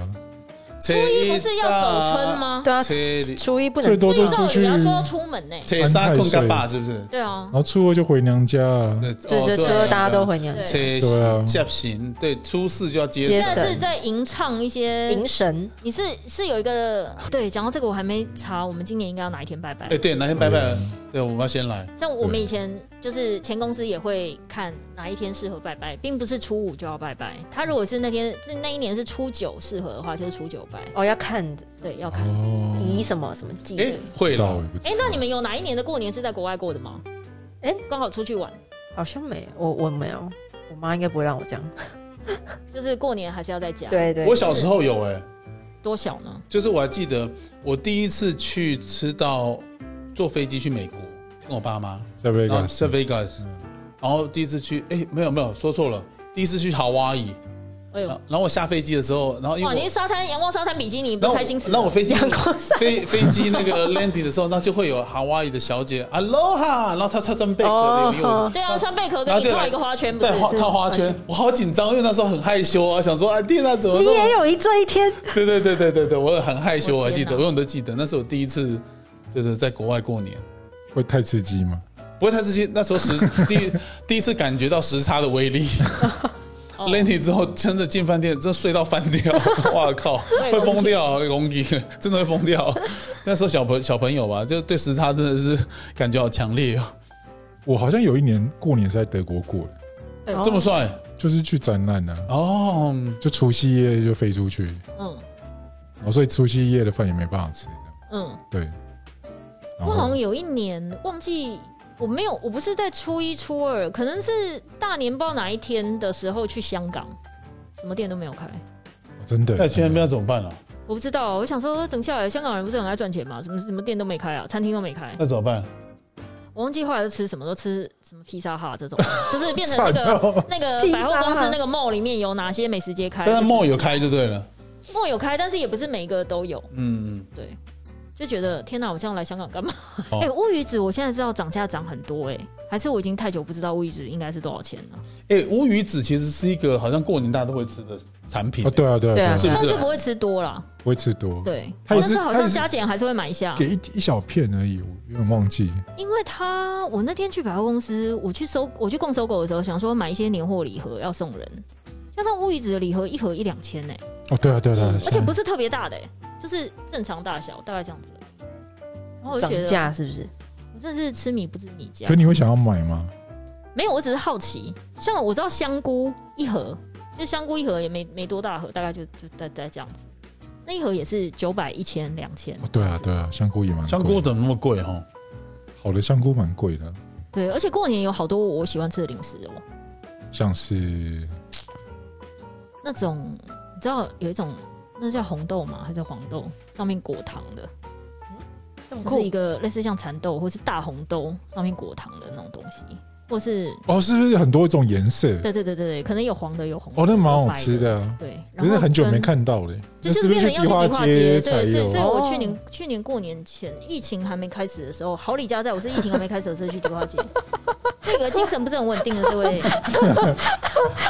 初
一不是要走春？吗？
对啊
切里，
初一不能
最多
所
就
以照
出
理
去，
来说要
然
出门呢、
切三空干爸是不是？
对啊，
后初二就回娘家啊。
对，啊
对对，初二大家都回娘家，
切
对啊
接行，对，初四就要接
接
神
现在是在吟唱一些
迎神
你是是有一个对，讲到这个我还没查，我们今年应该要哪一天拜拜
哎，？对，哪天拜拜了？对，我们要先来。
像我们
对
以前就是前公司也会看哪一天适合拜拜，并不是初五就要拜拜。他如果是那天是那一年是初九适合的话，就是初九拜。
哦，要看
嗯
对，要看。
哦，
仪什么什么祭
哎
祀，，
不
会
知道
了
也。不知道
哎、那你们有哪一年的过年是在国外过的吗？
哎
刚好出去玩，
好像没有，我我没有，我妈应该不会让我这样。
就是过年还是要在家。，
对对
我，小时候有哎，
多小呢？
就是我还记得我第一次去吃到坐飞机去美国，跟我爸妈，
在北
然后
港
哦在 Vegas，然后第一次去，哎，没有没有说错了，第一次去夏威夷，
哎呦
然，后然后我下飞机的时候，然后因
哇，
为
你是
我。
沙滩阳光沙滩比基尼，
然
不
后
开心死
我然后我
了。
飞机
阳光晒
飞飞机那个 landing 的时候，那就会有 Hawaii 的小姐 Aloha，然后她穿穿贝壳
哦
的，因为我
对啊，穿贝壳跟
然后
你
再来
套一个花圈，不
戴
是？
花套花圈，我好紧张，因为那时候很害羞啊，想说啊，天哪，怎么
你
这
也
么？
有一这一天，
对对对对对对，我很害羞，我还记得，
我
我
天哪
永远都记得，那是我第一次就是在国外过年。
会太刺激吗？
不过他这些那时候时 第一第一次感觉到时差的威力
哦
，landing 之后真的进饭店，真睡到翻 掉，哇靠，
也
会疯掉，容易真的会疯掉。那时候小朋小朋友吧，就对时差真的是感觉好强烈哦，
我好像有一年过年是在德国过的，
哦
这么帅
就是去展览啊，
哦，
就除夕夜就飞出去，
嗯
然后所以除夕夜的饭也没办法吃，这样
嗯，
对。然
我好
后
像有一年忘记，我没有，我不是在初一初二，可能是大年不知道哪一天的时候去香港，什么店都没有开。
哦真的，
那去那边要怎么办啊？
我不知道，我想说，等下来香港人不是很爱赚钱嘛，什么什么店都没开啊，餐厅都没开。
那怎么办？
我忘记后来是吃什么，都吃什么披萨哈这 种，就是变成那个
惨哦
那个百货公司那个 mall 里面有哪些美食街开，
但是梦有开就对了，
mall 有开，但是也不是每一个都有。
嗯，
对，就觉得天哪，我这样来香港干嘛？ 哎、
哦
乌鱼子我现在知道涨价涨很多哎、还是我已经太久不知道乌鱼子应该是多少钱了？
哎，乌鱼子其实是一个好像过年大家都会吃的产品欸
哦，，对啊，对啊，
对
对
啊
啊，
是不
但
是
是？不会吃多啦，
不会吃多，
对，啊
它也
但
是
是
它
好像
也是
加减还是会买一下，
给一一小片而已，我有点忘记。
因为他我那天去百货公司，我去搜我去逛搜狗的时候，想说买一些年货礼盒要送人，像那乌鱼子的礼盒一盒一两千呢，
哦，对啊，对啊，对啊，
而且不
是
是特别大的、欸，就是正常大小，大概这样子而已。然后我就
涨
觉得，
价是不是？
我真的是吃米不知米价
可。你会想要买吗？
没有，我只是好奇。像我知道香菇一盒，就香菇一盒也没没多大盒，大概就就大概这样子。那一盒也是九百、一千、两千
哦，。对啊，对啊，香菇也蛮贵
香菇怎么那么贵哈？
好的香菇蛮贵的，啊
对，而且过年有好多我喜欢吃的零食哦，
像是
那种你知道有一种那叫红豆吗？还是黄豆？上面裹糖的，
这
哦
么，
就是一个类似像蚕豆或是大红豆上面裹糖的那种东西，或是
哦，是不是很多种颜色？
对对对对对，可能有黄的有红的
哦，那蛮
有
好
白
吃的啊，
对，
可
然
是
后
很久没
跟
看到了。
就
那
是
不
变
是
成要
去
去
花
梨花街，
才
对，所以所以
有？啊
我去年去年过年前，疫情还没开始的时候，好李家在我是疫情还没开始的时候去梨 花街，那个精神不是很稳定的这位，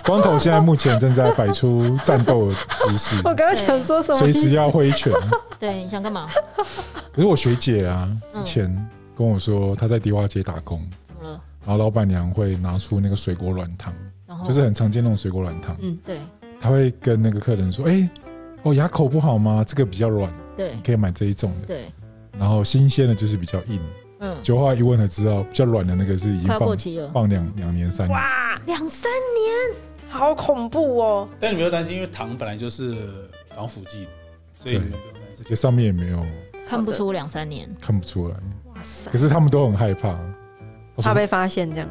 光头现在目前正在摆出战斗的姿 势
我刚刚想说什么
随？时要挥拳。
对，你想干嘛？
可是我学姐啊，之
嗯
前跟我说她在迪化街打工，
怎么了？
然后老板娘会拿出那个水果软糖，
然后
就是很常见那种水果软糖，
嗯
对
她会跟那个客人说：“哎、哦牙口不好吗？这个比较软，
对
你可以买这一种的。
对，
然后新鲜的就是比较硬。
嗯，
就哦后来一问才知道，比较软的那个是已经
快要过
放
期了，
放两两年三年。
哇，
两三
好恐怖哦！
但你不要担心，因为糖本来就是防腐剂，所以你们不用担
而
心。
且上面也没有
看不出两三年，
看不出来，
哇塞
可，是他们都很害怕。我
怕
说
被发现这样。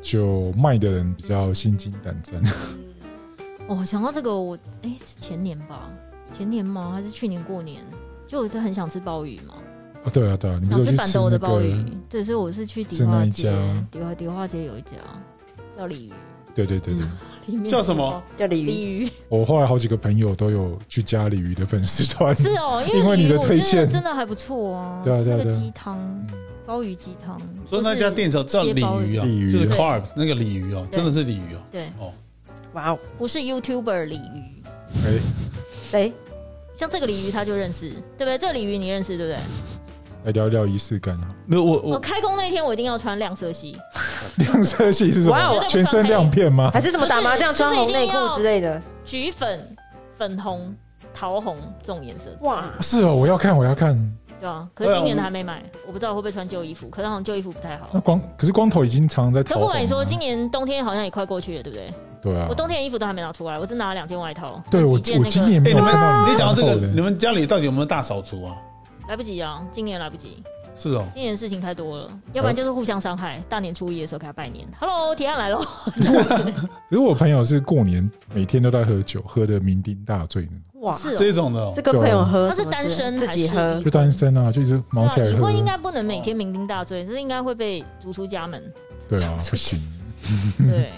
就卖的人比较心惊胆战，
哦，想到这个我哎是前年吧，前年吗？还是去年过年？就我是很想吃鲍鱼嘛，
哦，对啊，对啊，你们
想
有
吃
去
板
吃
豆
那
的鲍鱼
个？，
对，所以我是去
吃
迪
那
化
一
街
家，
迪化迪化街有一家叫鲤鱼。
对对对对，
里面
叫什么？
叫鲤
鲤
鱼，
鱼
我后来好几个朋友都有去加鲤鱼的粉丝团，
是哦，
因
因
为
为
你
鲤鱼
的
我
推
觉得
荐
真的还不错啊，
对啊
是
对啊
那个
对啊
鸡汤
嗯
鲍鱼鸡汤，
所以那家店叫叫鲤鱼啊，
就是鲤鱼啊
就是 carb 那个鲤鱼哦，
对
真的是鲤鱼哦。
对，
哇哦！
不是 YouTuber 鲤鱼，
哎，
哎，
像这个鲤鱼他就认识，对不对？这个鲤鱼你认识，对不对？
来聊聊仪式感啊。
没有我
我
我
开工那天我一定要穿亮色系，
亮色系是什
哇
么
哦？
全身亮片吗
还？是什么打麻将
就是
穿红内裤之类的？
橘粉、粉红、桃红这种颜色，
哇，
是哦，我要看，我要看。
对啊。可是今年的还没买，我不知道会不会穿旧衣服，可是好像旧衣服不 太好
那。光可是光头已经常常在
可
逃
不
红啊
管
了。
你说，今年冬天好像也快过去了，对不对？
对啊
我，冬天的衣服都还没拿出来，我只拿了两件外套，
对我
几件
我
那
今
个
年没
哎、
有
你
看到
们你讲到这个，
穿
你
厚的
们家里到底有没有大扫除啊？
来不及啊，今年来不及，
是哦，
今年事情太多了，要不然就是互相伤害。大年初一的时候给他拜年，Hello，提案来喽，
可是我朋友是过年每天都在喝酒，喝的酩酊大醉那种，
哇，
是哦
这种的、哦
是，跟朋友喝，
他是单身
自己
还
喝
是
就单身啊，就一直
嗯对
毛
啊，
起来
已
喝
婚。应该不能每天酩酊大醉，这应该会被逐出 家门。
对 啊，不行。
对，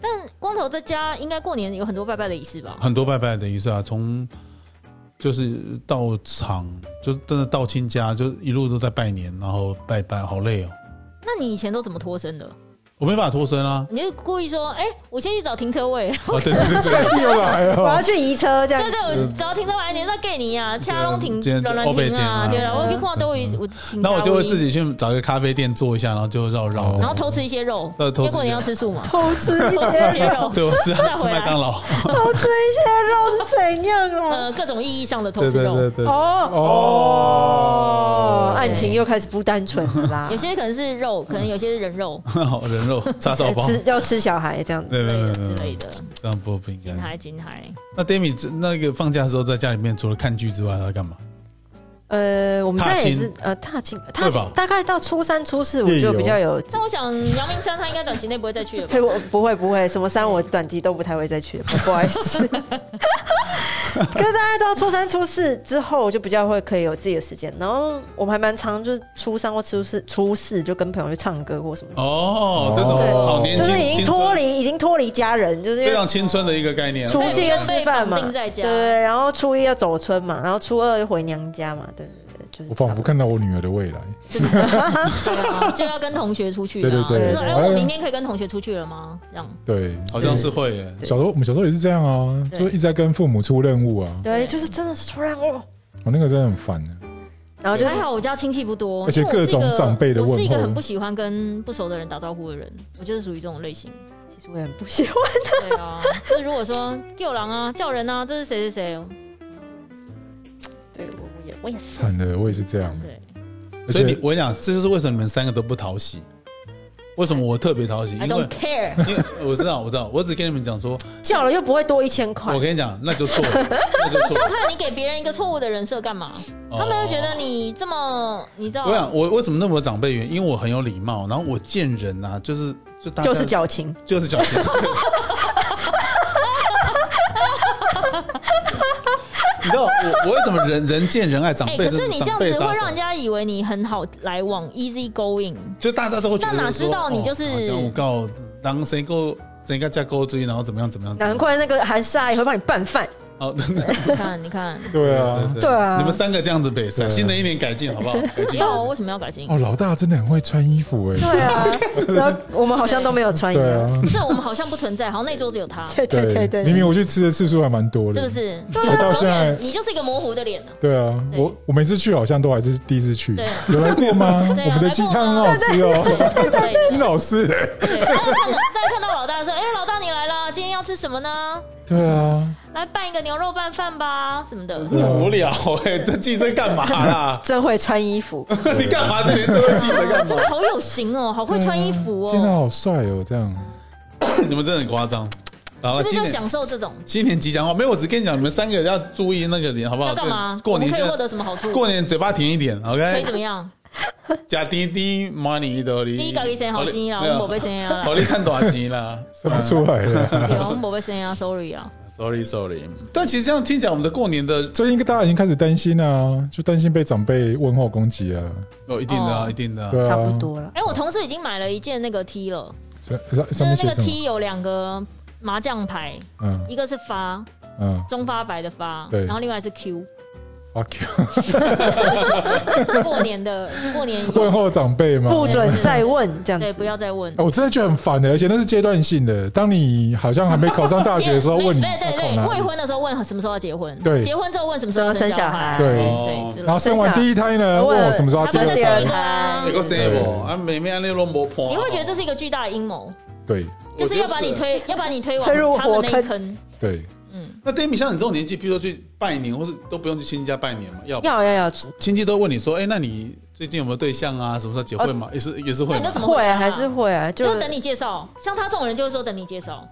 但光头在家应该过年有很多拜拜的仪式吧？
很多拜拜的仪式啊，从就是到场，就真的到亲家，就一路都在拜年，然后拜拜，好累哦，
那你以前都怎么脱身的？。
我没办法脱身啊
你就故意说，哎、我先去找停车 位。
啊，对对 对对。
又来
我要
哦，
去移车这样
对。对，
嗯
我找停车位，你那给你啊，掐拢停
今天，
软软
欧北
停
天
啊
啊，
对了，我去看都会
嗯
我停。
那我就会自，己去找一个咖啡店坐一下，然后就绕
哦
绕。
然后偷吃一些肉，
呃
对偷
因
吃
为过年
一些，
要吃 素嘛，
偷吃一
偷吃一
些
些
肉，
肉
对，我吃
再
吃
回来
麦当 劳。
偷吃一些肉是怎样啊？
呃，各种意义上的偷
对
吃
对
肉
对，对。
哦哦，案情又开始不单纯了啦
有。些可能是肉，可能有些是人肉
好人肉叉烧包。
哎吃要吃小孩这样子，
对对
之类
对
嗯
的
对
之
对，
类的。
这样不不应
金
该。
海金海，
那 Demi 这那个放假的时候在家里面除了看剧之外，还要干嘛？
呃，我们现在也是
踏
呃踏青踏
对吧
青，大概到初三初四我
夜游
就比较有。
但 我想阳明山他应该短期内不会再去了吧？
呸，我不会不会，什么山我短期都不太会再 去，不好意思。可是大概到初三、初四之后，我就比较会可以有自己的时间。然后我们还蛮常，就是初三或初四、初四就跟朋友去唱歌或什么的，
哦，这种
对
好年
就
轻，
是已经
青
脱
春
离，已经脱离家人，就是因
非
为
常青春的一个概念。啊
除夕要吃饭嘛，
被绑定在家
对，然后初一要走村嘛，然后初二就回娘家嘛，对对对，就是
我仿佛看到我女儿的未来。
是不是？对啊就要跟同学出去
对
啦。
对
对
就是哎，
对
我明天可以跟同学出去了吗？这样。
对，
好像是会耶。
小时候我们小时候也是这样啊，
对
就一直在跟父母出任务啊，
对，就是真的是突然哦，
我那个真的很烦的。
然后就
还好我家亲戚不多，
而且
因为我是一个
各种长辈的问候
我是一个很不喜欢跟不熟的人打招呼的人，我就是属于这种 类型。
其实我也很不喜欢，
对啊，就是如果说叫狼啊、叫人啊，这是谁谁
对我我也我也是，
惨的，我也是这样
谁？
的。
对
而
所以你
且
我跟你讲，这就是为什么你们三个都不讨喜。为什么我特别讨喜？
，I
因
don't
为
care。
因为我知道我知道，我只跟你们讲 说，
叫了又不会多一千块
我，跟你讲，那就错了，那就 错了。哦
怕你给别人一个错误的人设干嘛？他们会觉得你这么，你知道
我，想，啊我为什么那么长辈缘？因为我很有礼貌，然后我见人啊，就是就大家
就是矫情，
就是矫情。对 你知道我我为什么人人见人爱长
哎，
辈？
可是你这
长
样子
辈杀
会
手
让人家以为你很好来往，easy going。
就大家都会觉得说，
但哪知道你就是
哦我告当谁够谁个架勾追，然后怎么样怎么样？
难怪那个韩莎也会帮你拌饭，
哦，真的
你看，你看，
对啊，
对啊
你们三个这样子北
对
上，新的一年改进好不好？改进。
要为什么要改进？
哦，老大真的很会穿衣服哎。
对啊，然后我们好像都没有穿 一
对啊
样，，
这我们好像不存在，好像那桌只有他，是
对对对对，
明明我去吃的次数还蛮多的，
不？是？
啊
啊
哎
我到现在，
你就是一个模糊的脸呢。
对啊，
对
我我每次去好像都还是第一次去
对啊，
有来过吗？
对啊
我们的鸡汤很好吃 哦，
对对
殷老师嘞，
对，大家看到大家看到老大说：“哎，老大你来啦，今天要吃什么呢？
对啊，
来拌一个牛肉拌饭吧，什么的。”
真的无聊哎，这记这干嘛啦？
真会穿衣服，
你干嘛这边都会记这干
真
嘛
的？好有型哦，好会穿衣服
天哪，
啊
哦，
好帅哦，这样
你们真的很夸张。好了，
是不是
新
就
年
享受这种？
新年吉祥话，没有，我只跟你讲，你们三个要注意那个脸好不好？
要干嘛
啊对？过年
我们
现
可以
在
获得什么好处？
过年嘴巴甜一点
可以
哎
，OK？
怎么样？
加滴滴 money 的哩，
第一个给谁好心啊？我们宝贝谁啊
好？你看多少钱啦？嗯
生不出来 了。
对，我们宝贝谁啊？Sorry 啊，
Sorry Sorry，但其实这样听起来，我们的过年的
最近大家已经开始担心啊，就担心被长辈问候攻击啊，
哦，一定的、啊
哦
一定的、啊，
对啊，
差不多了。
哎，我同事已经买了一件那个 T 了，
上上
就
哎上
是
面
那
写
个
什么？
T 有两个麻将牌，
嗯
一个是发
嗯，
中发白的发，
对
然后另外是 Q，
fuck you，
过年的过年宴
问候长辈吗？
不准再问这样
对，
子。
不要再问
哎。我真的觉得很烦的，而且那是阶段性的。当你好像还没考上大学的时候，问你 啊
对对
要考
对，
哪
未
里，
婚的时候问什么时候要结婚，
对
结婚之后问什么时候要生小孩，
对
对，之类
然后
的
生完哦第一胎呢，哎问我什么时候要
生
生
第
第
二
二
胎
胎？
你个 s a v 啊，妹妹安利都啊没破，
你会觉得这是一个巨大的阴谋，
对
就是要把你
我觉得是。
推，要把你推往
推入
他们
火
那一坑。嗯
对，
那 d a m i 像你这种年纪，譬如说去拜年，或是都不用去亲戚家拜年嘛，要
要要要，
亲戚都问你说，哎，那你最近有没有对象啊？什么时候结婚
哦
嘛？也是也是会
那你都怎
嘛。
么
会
啊
啊还是会啊，
就
就是
等你介绍，像他这种人就会说等你介绍，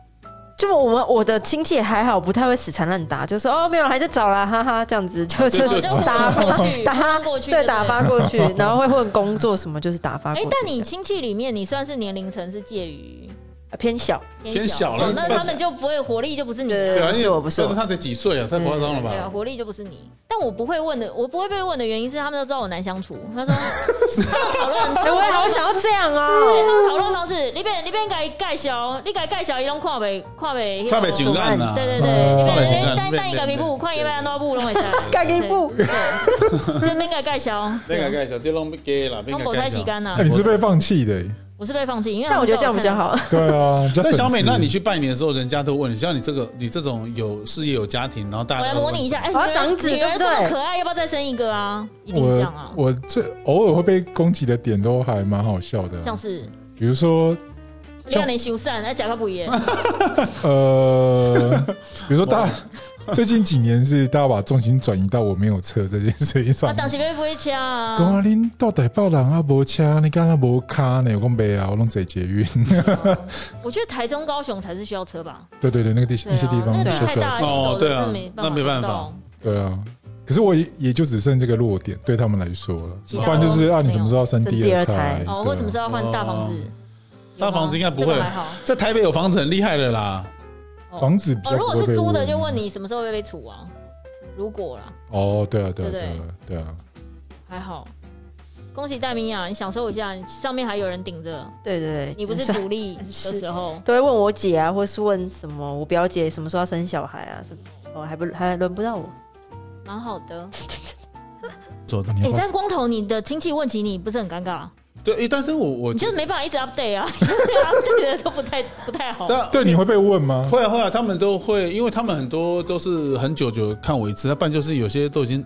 就我们我的亲戚也还好，不太会死缠烂打，就说哦没有还在找啦，哈哈这样子，就
对
啊就
就
打
就
发
过去
打
过去
对
对
打发过去，然后会混工作什么，就是打发
哎
过去。，
但你亲戚里面，你算是年龄层是介于
这样偏小，
偏小了
哦那他们就不会活力就不是你
对
的。
啊
不是
因为
我不是我
但他才几岁啊，太夸张了
对啊，
吧？
活力就不是你。但我不会问的，我不会被问的原因是他们都知道我难相处。他说，他们讨论，
哎，我也好想要这样
对
哦。
他们讨论方式，你别你别改盖小，你改盖小，伊拢看袂看袂
看不上眼啊
对对对，
嗯
你
看不
上
别
眼
但但伊家己步，看伊要安怎步拢会使。
盖哎一步，
对，就免改哦盖小，
那个盖小，这弄给啦，那
拢无
个
太
盖
洗
小。
干呐
哎。你是被放弃的，欸
我是被放弃，因为
但我觉得这样比较。好。
对 啊。比较
那小美，
省事
那你去拜年的时候，人家都问你，像你这个，你这种有事业有家庭，然后大
我
家
来
都
模
问
拟一下，哎，
我要
女儿
长子
女
对不
儿这
对
么可爱，要不要再生一个啊？一定这样啊
我，我最偶尔会被攻击的点都还蛮好笑的
像
啊，
是
比如说
你让你修缮，哎，假个不耶，
呃，比如说大家最近几年是大家把重心转移到我没有车这件事情
他
上面。
啊当时被不会掐啊。
讲啊，恁到底报人啊无车，你干那无卡呢？我讲没啊，我拢坐捷运。
我觉得台中、高雄才是需要车吧，
对对对，那个地
对
那些地
啊，
方
那
就
地太
需要
大
车。
哦
了，
对啊
真没办
那
法，
没办
哦
法。
对啊，可是我也也就只剩这个弱点，对他们来说了。
其
不
他
然就是啊，你什么时候要生
生
第
第
二
二
胎
胎？
对啊
哦，为什么是要换大房子
哦？大房子应该不会
这个还好。
在台北有房子很厉害的啦，
哦
房子比较
哦，如
不
果
会
是
被
租的，就问你什么时候会被处啊？如果啦，
哦，对啊，对啊，
对
对
不
啊，对啊，
还好。恭喜戴明雅，你享受一下，上面还有人顶着，
对对对，
你不是
就是
主力的时候，
都会问我姐啊，或是问什么我表姐什么时候要生小孩啊什么，哦还不还轮不到我。
蛮好的。
走的
你
哎
要，不
但
要
是光头，你的亲戚问起你，不是很尴尬？
对，诶但是我我
你
觉
就
得
是没办法一直 update 啊 ，update 的都不太不 太好。
但
对你会被问吗？
会啊会啊，他们都会，因为他们很多都是很久久看我一次，要不然就是有些都已经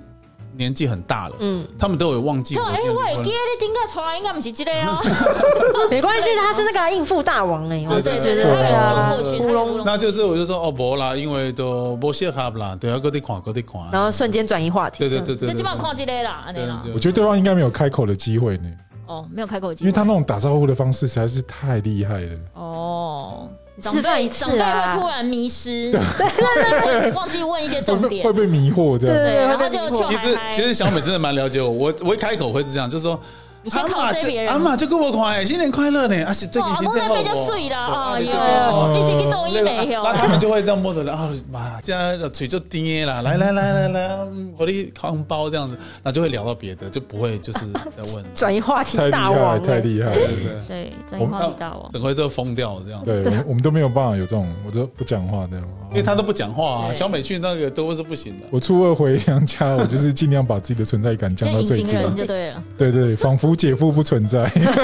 年纪很大了，
嗯，
他们都有忘记
就
我已
哎，
经离
我
婚
也
了。
记得你顶个床应该不是这个哦。
没关系，他是那个啊应付大王哎，我
对
就
对
觉得
对，他
对
有
啊
过去，
乌
他有
龙，
那就是我就说哦，不啦，因为都不适合啦，对啊，各地看各地看。
然后瞬间转移话题，
对对
这样
对 对，
就基本上
对
跨这类啦，安尼啦。
我觉得对方应该没有开口的机会呢，
哦，没有开口机
因
会，
为他那种打招呼的方式实在是太厉害了。
哦，长
示范
辈
一
长
次
辈
啊
会突然迷失，对，忘记问一些重
会被
点
会，被迷惑这
对
样。
对，
会
然后
被
就
迷惑
就
其
还
实
还
其实小美真的蛮了解我，我我一开口会是这样，就是说。
你先 cosplay 别人
阿玛就跟我看，新年快乐呢！而且最
哦，
近
阿
是
公那
好
边就碎啦，哦
对
哟，你是去做医美
那
哦
他。们就会这样摸着，然后妈，这样嘴就甜啦，来来来来来，嗯我的红包这样子，那就会聊到别的，就不会就是在问，
转移话题
太厉
大
害
王
了，太
哎，
厉害
对
了。
对对，
对，转移话题大王，
整个就疯掉这 样，
对，我我们都没有办法有这种，我都不讲话这样。
因为他都不讲话啊，
对
小美去那个都是不行的，
我初二回娘家，我就是尽量把自己的存在感
就
降到
隐
最
形
低。
人就对了。
对对，仿佛姐夫不存 在，
但是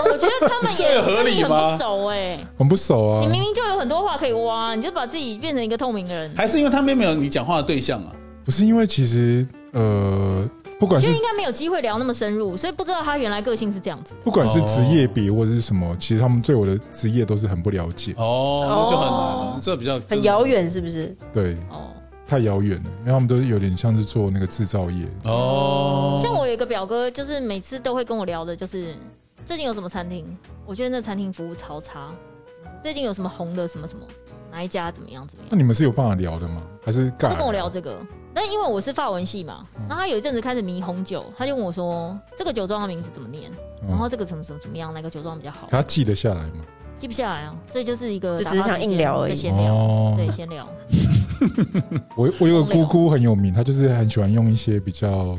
我觉得他们也
这合理吗
他们很不熟哎，
很不熟啊
你。明明就有很多话可以挖，你就把自己变成一个透明的人，
还是因为他们没有你讲话的对象啊，
不是因为其实呃，不管
就是应该没有机会聊那么深入，所以不知道他原来个性是这样子。
不管是
哦
职业别或者是什么，其实他们对我的职业都是很不了解，
哦，那就很难了，这比较
很遥远是不是？
对，
哦，
太遥远了，因为他们都有点像是做那个制造业，
哦，
像我有一个表哥，就是每次都会跟我聊的，就是最近有什么餐厅，我觉得那餐厅服务超差。最近有什么红的什么什么，哪一家怎么样怎么样
那，你们是有办法聊的吗？还是尬？
就跟我聊这个。但因为我是法文系嘛，
嗯
然后他有一阵子开始迷红酒，他就问我说这个酒庄的名字怎么念，
嗯
然后这个什么什么怎么样，哪个酒庄比较好
可，他记得下来吗？
记不下来啊，所以就是一个
就只是想硬聊而已
打发时间的闲聊，
哦，
对，闲聊。
我我有个姑姑很有名，她就是很喜欢用一些比较，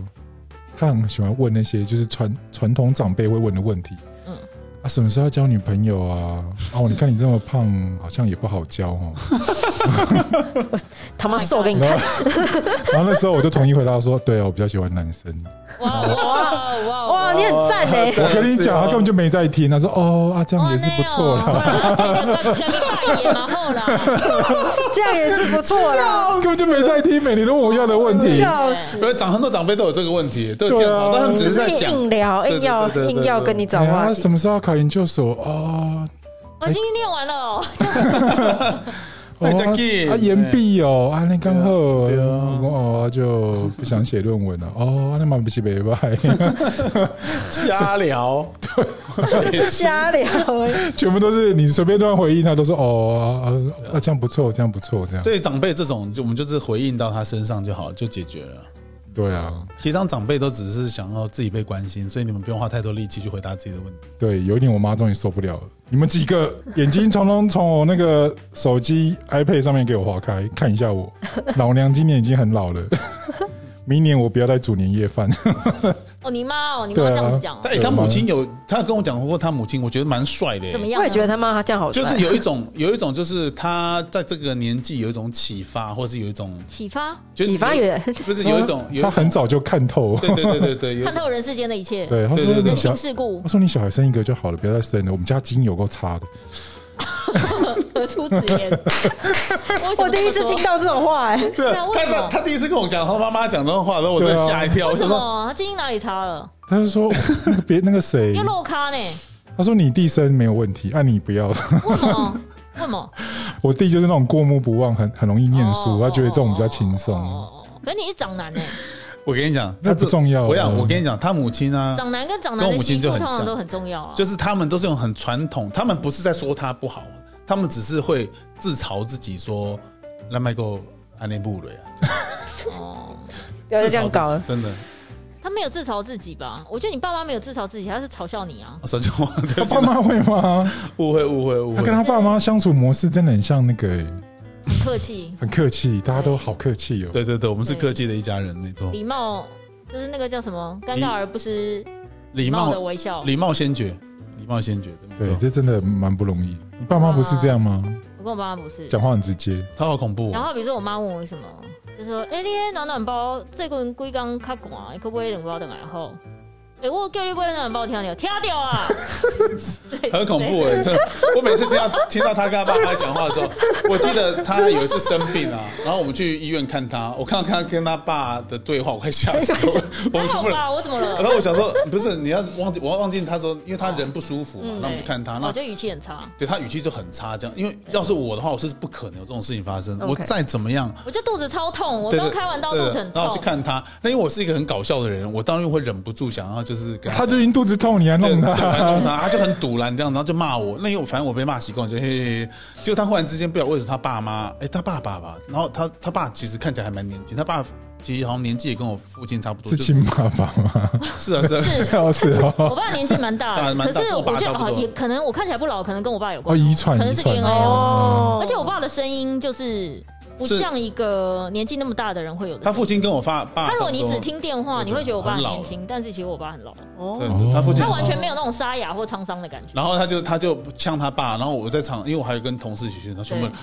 她很喜欢问那些就是传传统长辈会问的问题。
嗯
嗯，啊，什么时候要交女朋友 啊？哦，你看你这么胖，好像也不好交哦。
他妈瘦给你
然
看，
后， 然后那时候我就统一回答说，对啊，我比较喜欢男生。
哇哇哇
哇，你很赞哎、
对
我跟你讲，他根本就没在听。他说，哦啊，这样也是不错啦，
啦，这个大爷 然后啦，
这样也哦是不错啦，
根本就没在听，每年都问我一样的问题。
笑死！
不是长很多长辈都有这个问题，都有
对
检
啊
讨，但他们只
只
是在
是
讲。
硬聊，硬要
对对对对对
硬要跟你找
哎呀
话
什
题，
么时候要考研究所？哦，
我今天念完了哦，
哦
哎，Jackie，
啊，岩壁哦，啊，那刚好，
对啊
我说哦，啊就不想写论文了，哦，那蛮不是北拜，
瞎聊，
瞎聊欸而已。
全部都是你随便乱回应，他都说哦，啊啊，啊这样不错，这样不错，这样，
对长辈这种，就我们就是回应到他身上就好了，就解决了。
对啊，
其实当长辈都只是想要自己被关心，所以你们不用花太多力气去回答自己的问题。
对，有一点我妈终于受不了了，你们几个眼睛从从从我那个手机 iPad 上面给我划开，看一下我，老娘今年已经很老了， 明年我不要再煮年夜饭，
哦你妈哦，你
啊
妈这样子讲哦
但、，欸他母亲有，他跟我讲过他母亲，我觉得蛮帅的、欸
怎么样？
我也觉得他妈这样啊好帅，
就是有一种，有一种就是他在这个年纪有一种启发，或是有一种，
启发，
就是
启发也
就是有一种，有一
她
种
很，早就看透，
对对对对对，有一
看
种
透人世间的一切，
对，她说
对对对
你
人
小
情世故
我，说你小孩生一个就好了，不要再生了。我们家基因有够差的，
何出此言？为什么
我第一次
这么说
听。到这种话 哎、
对
啊为
他
什么
他他第一次跟我讲他妈妈讲这种话的时候，我真的
对啊
吓一跳。我
为什
想说，
么他基因哪里差了？
他就说那个别那个谁
又，漏咖呢？
他说你弟生没有问题，啊你不要。
为什么？为什么？
我弟就是那种过目不忘，很很容易念书，他觉得这种比较轻
哦
松。
哦哦哦可是你是长男呢，
我跟你讲，
那不重要啊
我想，我跟你讲，他母亲
嗯
呢，
长男跟长
跟
男
我
的
母亲
媳
就
妇
很
通常
像
都很重要啊。
就是他们都是用很传统，他们不是在说他不好，他们只是会自嘲自己说，那麦克安内布瑞啊，
哦，
不要再这样搞
自嘲
了
自己，真的，
他没有自嘲自己吧？我觉得你爸妈没有自嘲自己，他是嘲笑你啊。
我哦说就
他
对不起
爸妈会 吗？
误会 误会误
他跟他
会，
爸妈相处模式真的很像那个、欸
很客气，
很客气，大家都好客气哦。
对对对，我们是客气的一家人，没错，
礼貌就是那个叫什么，尴尬而不失
礼
礼貌
貌
的微笑。
礼貌先决，礼貌先决，对
对，
没错，
这真的蛮不容易。你爸妈不是这样吗？
我跟我爸妈不是。
讲话很直接，
他好恐怖
然
哦，
后比如说我妈问我什么，就说：“哎、你那暖暖包最近几工较寒，可不可以两包等来后？”哎、我叫你买暖暖包，听到听到啊，对
很恐。怖哎，这我每次听到听到他跟他爸妈讲话的时候，我记得他有一次生病啊，然后我们去医院看他，我看到他跟他爸的对话，我快吓死了，我
还
们全
哎好
部人。
吧，我怎么
然
了？
后我想说，不是你要忘记，我要忘记他说，因为他人不舒服嘛，那我们去看他，
嗯
那
我觉得语气很差，
对他语气就很差，这样。因为要是我的话，我是不可能有这种事情发生。
OK
我再怎么样，
我就肚子超痛，我
对
刚
对
开完刀
对
肚
的
子很
然后我去
痛。
看他，那因为我是一个很搞笑的人，我当然会忍不住想要就是跟
他就已经肚子痛，你还
对
弄
对我还
他
弄？他，他就很堵然这样，然后就骂我。那因为我反正我被骂习惯，就嘿嘿嘿。结果他忽然之间不晓得为什么他爸妈，哎，他爸爸吧，然后他他爸其实看起来还蛮年轻，他爸其实好像年纪也跟我父亲差不 多，
是
就
亲爸爸吗？
是啊是 啊，
是啊是啊
我。 爸年纪蛮大
大
的，
蛮
可
大
是
跟我爸
我觉
差
得
不
好
多
也可能我看起来不老，可能跟我爸有
哦，
关。
遗传
可能
遗
是
传
DNA
哦，
而且我爸的声音就是不
是
像一个年纪那么大的人会有的声
他
音。
父亲跟我爸爸
他如
差
果
不
你
多
只听电话，
对
你会觉得我爸
很
很
老
年
了
轻，但是其实我爸很老了，
哦，
对，他父亲
他完全没有那种沙哑或沧桑的感觉。
然后他就他就呛他爸，然后我在场，因为我还有跟同事一起去，然后全部人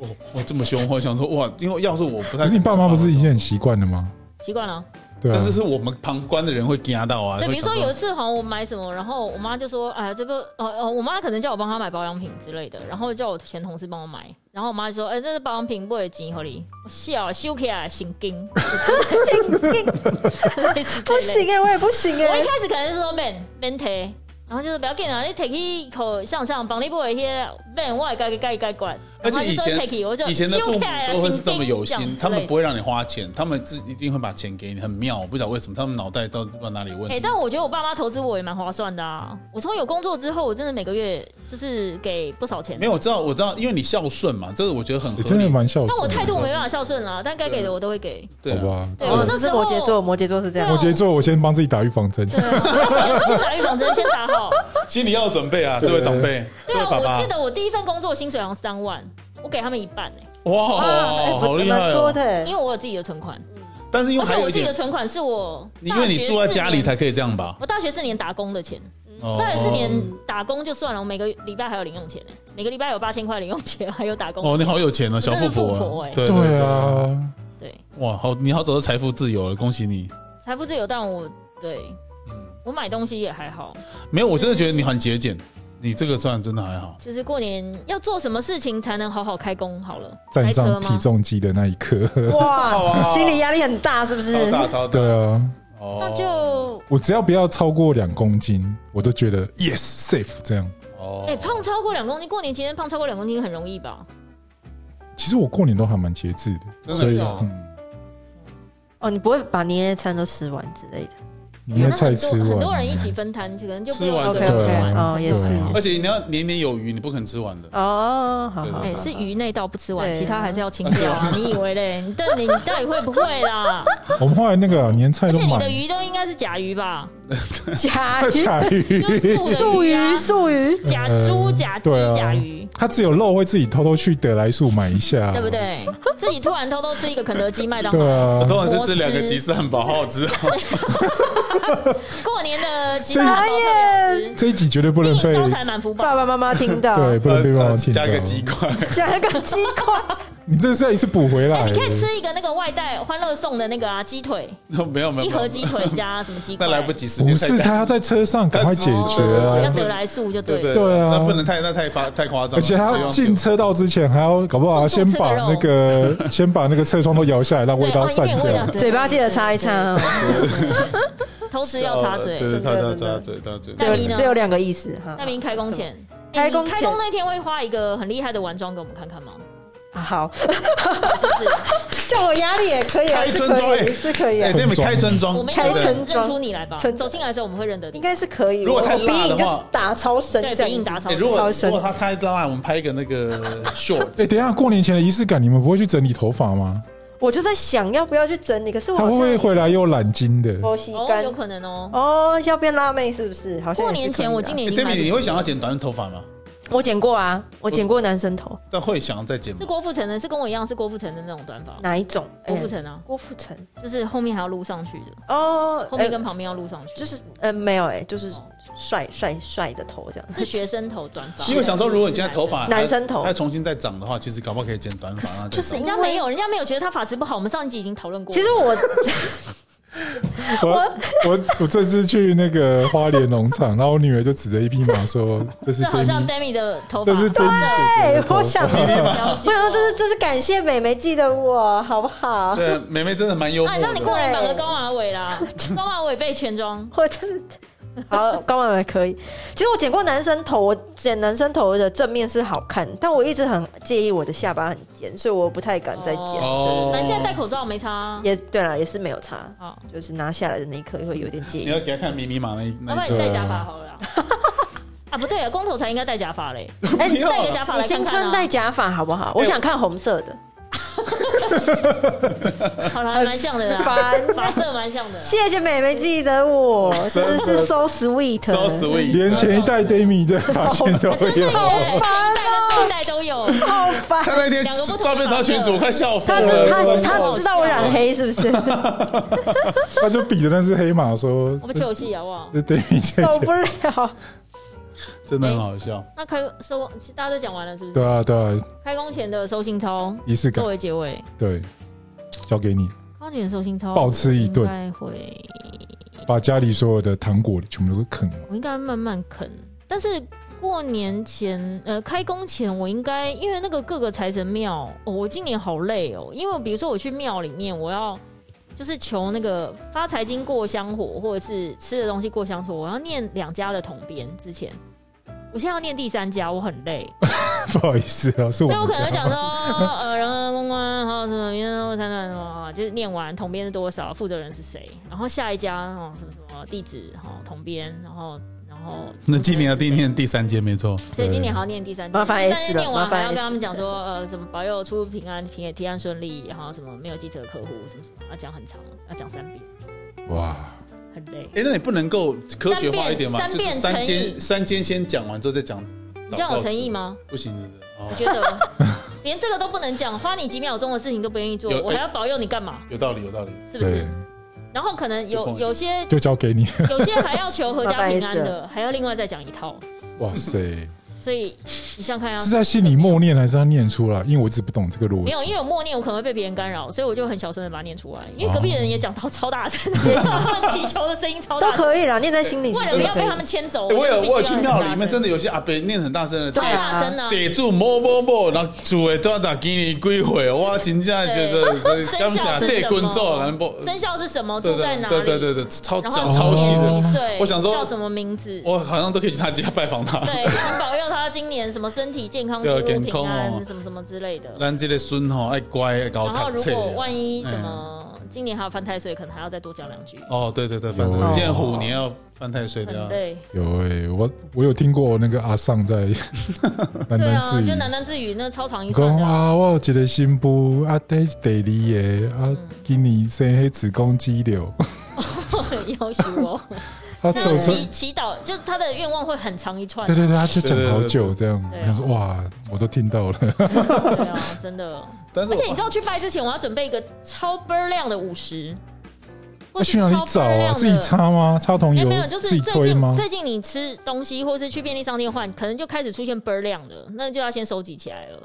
哦，我这么凶，我想说哇，因为要是我不太，
可是你爸妈不是已经很习惯了吗？
习惯了。
对啊，
但是是我们旁观的人会惊到啊。
对，
会
比如说
想
有一次好像我买什么，然后我妈就说：“哎，这个呃呃，我妈可能叫我帮她买保养品之类的，然后叫我前同事帮我买，然后我妈就说：‘哎，这是保养品，不会金合理，我笑修起来神经，
不行
类似这类的
哎、我也不行
我
哎、
一开始可能是说 man man 提，然后就是不要紧啊，你 take 一口上上，帮你不一些 man 我也该该该管。
而且以
然后他就说 take 我就
前以前的父母
收起来啊
都会是
神
这么
经
有
这样
心，
之
他们
类
不会
的
让你花钱，他们自一定会把钱给你，很妙，我不知道为什么他们脑袋到底不知道哪里有问
哎、
题。
但我觉得我爸妈投资我也蛮划算的啊！我从有工作之后，我真的每个月就是给不少钱
没。有，我知道，我知道，因为你孝顺嘛，这个我觉得很
你
合
哎真的
理。
蛮孝顺。
但我态度没办法孝顺啦，但该给的我都会给。
对啊
好吧？
对
这
我
个
那
这
时
是
候
摩羯座，摩羯座是这样
对
摩。羯座，我先帮自己打预防针。
对啊，先先打预防针，先打 好。
心里要有准备啊，这位长辈，这
对
位
啊，
爸
我
爸
记，得我第一份工作薪水好像三万，我给他们一半哎、
啊
哇，好厉害
蛮多
哦！
的、欸
因为，我有自己的存款，
但是因为
而且
还
我
有一
自己的
点，
存款是我
你因为
大
你
学
住在
四
家里
年
才可以这样吧？
嗯我大学四年打工的钱，
哦
不然是连打工就算了，我每个礼拜还有零用钱呢、欸每个礼拜有八千块零用钱，还有打工。
哦，你好有钱哦，小富
我真是富
婆
婆
啊
哎！
对
对，啊，
对，
哇，好，你好，走到财富自由了，恭喜你。
财富自由，但我对
嗯
我买东西也还好，
没有，我真的觉得你很节俭，你这个算真的还好。
就是过年要做什么事情才能好好开工？好了，
站
开车
上体
吗？
重机的那一刻，
哇，心理压力很大，是不是？
超大
对啊，
哦
嗯那就
我只要不要超过两公斤，我都觉得 yes safe 这样。
哦
哎、胖超过两公斤，过年期间胖超过两公斤很容易吧？
其实我过年都还蛮节制的，
真的
所以
假的
嗯，
哦，你不会把年夜餐都吃完之类的。
你的菜吃
可能很多
完，
很多人一
嗯
起分摊，可能就不用
吃完
OK
对
OK，
对
哦，也是
对
而且你要年年有余，你不可能吃完的。
哦，好好好，
哎、 是鱼那道不吃完，
对
其他还是要清掉啊！你以为嘞？你但你你到底会不会 啦？
我们后来那个啊年菜
而
都
且你
买
的鱼都应该是甲鱼吧？
甲鱼、
甲鱼
就，是素
素
的鱼
鱼、
啊、
素鱼，
甲猪、甲鸡、
对啊
甲鱼，
他只有肉会自己偷偷去德来树买一下，
对不？对？自己突然偷偷吃一个肯德基、麦当
啊
劳
对，啊
我，通常是吃两个吉士汉堡，好好吃哦。
过年的吉他包
哎
特别好吃，
这一集绝对不
今
能
年
被
招财满福宝。
爸爸妈妈听到，
对， 不能 被爸爸听到
呃加个鸡，块，
加个鸡 块，
啊你这是要一次补回来欸
哎，。你可以吃一个那个外带欢乐颂的那个啊，鸡腿，
没有没有，
一盒鸡腿 加什么鸡块？
那来不及，时
不
间太
是他
赶。
要在车上赶快解决
哦，要
啊，
得来速就对
对
了。
对啊
那不能太那太发太夸张了，
而且他要进车道之前还要搞不好
速度
先
吃个
把
肉
那个先把那个车窗都摇下来，让味
对，
道
哦，一
散
定有味道
掉。
对
嘴巴记得擦一擦哦。
偷吃要擦
对哦对
嘴。
对，擦擦擦嘴擦
只
嘴。
那你呢
有只有两个意思哈。
大明开工前，
开工
哎你
前
开工那天会画一个很厉害的玩妆给我们 看看吗？
啊好，
是不是？
叫我压力也可以啊，
开
是
春妆
可
哎
以，是可以啊
哎，，对，你们开春妆，
我们
开
应该
春
认
妆
出你来吧？
春
走进来的时候我们会认得
应
你。
该是可以。
如果
我
太
我鼻
辣的
影就
话
打超深，
对，
这样
鼻影
子
打扫
哎，。如果
超深
如果他太辣，我们拍一个那 个 short，
哎，等一下，过年前的仪式感，你们不会去整理头发吗？
我就在想要不要去整理，可是我
他
好
会不会
像
回来又染金的？
波吸
哦，
干
有可能哦。
哦，要变辣妹是不是？好像
过
也是
年前
可以啊
我今年已
哎
经买不
Demi，
起
你会想要剪短头发吗？
我剪过啊，我剪过男生头
但会想要再剪吗
是？郭富城的，是跟我一样是郭富城的那种短发，
哪一种？
郭富
哎
城啊，
郭富城
就是后面还要撸上去的，
哦，
后面
哎
跟旁边要撸上去，
就是呃没有哎，就是
哦
帅帅帅的头这样。
是学生头短发。
因为想说，如果你现在头发还
男生头
再重新再长的话，其实搞不好可以剪短发，然后再
就是
长
人家没有，人家没有觉得他发质不好，我们上一集已经讨论过了。
其实我
我我我这次去那个花莲农场，然后我女儿就指着一匹马说：“这是
这好像
Demi，
Demi 的头发
这，是 Demi 姐姐
哎
的，头
我
发。
想，我
标记
想说这是这是感谢美眉记得我，好不好？
对，妹妹真的蛮幽默
哎，让你过
的。
来绑个高马尾啦，
哦
高马尾被全妆。
我真的。好，高婉婉可以。其实我剪过男生头，我剪男生头的正面是好看，但我一直很介意我的下巴很尖，所以我不太敢再剪。
哦
反正现在戴口罩没差啊。
也对啦，也是没有差，
好，
就是拿下来的那一刻会有点介
你要
意。
给他看迷你马那一
啊
要
那一
不然
种，
你戴假发好 了啦。啊，不对啊，光头才应该戴假发嘞。
哎
不要
戴个
啊
假发
你
来
新
看看
春
啊
戴假发好不
哎
好？我想看红色 的。
好了，还蛮像的啦，
烦，
发色蛮像 的啦。
谢谢美眉记得我，真的是 so sweet。
，so sweet，
连前一代 Demi 的发型都有。
对，
烦哦
这一代都有。
好烦。
他那天
两个不同的
照片照群主，我快笑疯
他知
了。
他
我
他知道我染黑是不 是？
他就比着那只黑马说
我们球戏好不好：“？
这 Demi 姐
受
姐。
不了。
真的很好笑。
那开收，其实大家都讲完了，是不”
对
是？
啊，对啊，
开工前的收信操
仪式感
作，为结尾，
对，交给你，
开工前的收信操
暴吃一顿
我应该会，
把家里所有的糖果全部都啃完。
我应该慢慢啃。但是过年前，呃，开工前我应该，因为那个各个财神庙、哦，我今年好累哦，因为比如说我去庙里面，我要。就是求那个发财金过香火，或者是吃的东西过香火。我要念两家的统编，之前我现在要念第三家，我很累。
不好意思啊，是我
那我
们
可能会
家
讲说，呃，人和公关，还有什么，然后三段什么，就是念完统编是多少，负责人是谁，然后下一家哦什么什么地址哦统编，然后然后
那今年要定，念第三届，没错。
所以今年好像念第三家，
麻烦 S 了
但是念完
麻烦
还要
S
跟他们讲说，呃，什么保佑出入平安，平提案顺利，然后什么没有记者客户，什么什么，要讲很长，要讲三遍，
哇，
很累。
哎，那你不能够科学化一点吗？
三
就是
遍
三
三遍乘
间
以
三间先讲完之后再讲。
你这样有诚意？吗？
不行，是不是
我
哦，
觉得连这个都不能讲，花你几秒钟的事情都不愿意做
有，
我还要保佑你干嘛？
有道理，有道理。
是不
对
是？然后可能
不
有
够
有些
就交给你。
有些还要求合
麻
家
烦
平
意
安
思
的，还要另外再讲一套。
哇塞，
所以你想想看啊
是，在心里默念还是他念出来？因为我一直不懂这个逻
没有，因
辑。
为我默念，我可能会被别人干扰，所以我就很小声的把它念出来。因为隔壁的人也讲到超大声，祈求的声音超
都
大声，
可以啦，念在心里。
为了
其
不
实
要
可以
被他们牵走，
哎我有我有去庙里面，真
的
的有些阿伯念很大声的，
超
对啊
大声啊！
得住某某某，然后主的都要打给你归回，哇，真正觉得所以
生
刚
肖
想
是
对
什
滚走，然后
么
不？
生肖是什么？
对
住在哪里？
对对对对，超
然
讲
后
超细
几
的，
岁？
我想说
叫什么名字？
我好像都可以去他家拜访他。
对，请保佑他今年什么身体健康、出
对
入
健
平
康哦
安，什么什么之类的。
咱这个孙吼爱乖爱搞
然后
读
如
册
啊
果万一什
嗯
么今年还有犯太岁，可能还要再多讲两句。
哦，对对对，反
有
正见虎年要犯太岁的啊要，
很累，
有哎、我我有听过那个阿尚在 喃
对
喃
啊
自，
就
语
喃。喃自语，那超长一串
讲
的啊。
啊，我有一个新妇啊，第第二个啊，
嗯
今年生迄子宫肌瘤，
要求哦，
他
那
走
种
出，
祈祈祷，就是他的愿望会很长一串。
对对对，他就讲好久这样，
对对对
我想说哇，我都听到了，
对啊，真的。
但是
而且你知
我
道去拜之前，我要准备一个超倍儿亮的五十，或
那
是
去哪里
超倍
找
儿亮
啊？
的
自己擦吗？擦桶
哎，
油
没有，就
自
是
己
最
推吗
近？最近你吃东西或是去便利商店换，可能就开始出现倍儿亮的，那就要先收集起来了。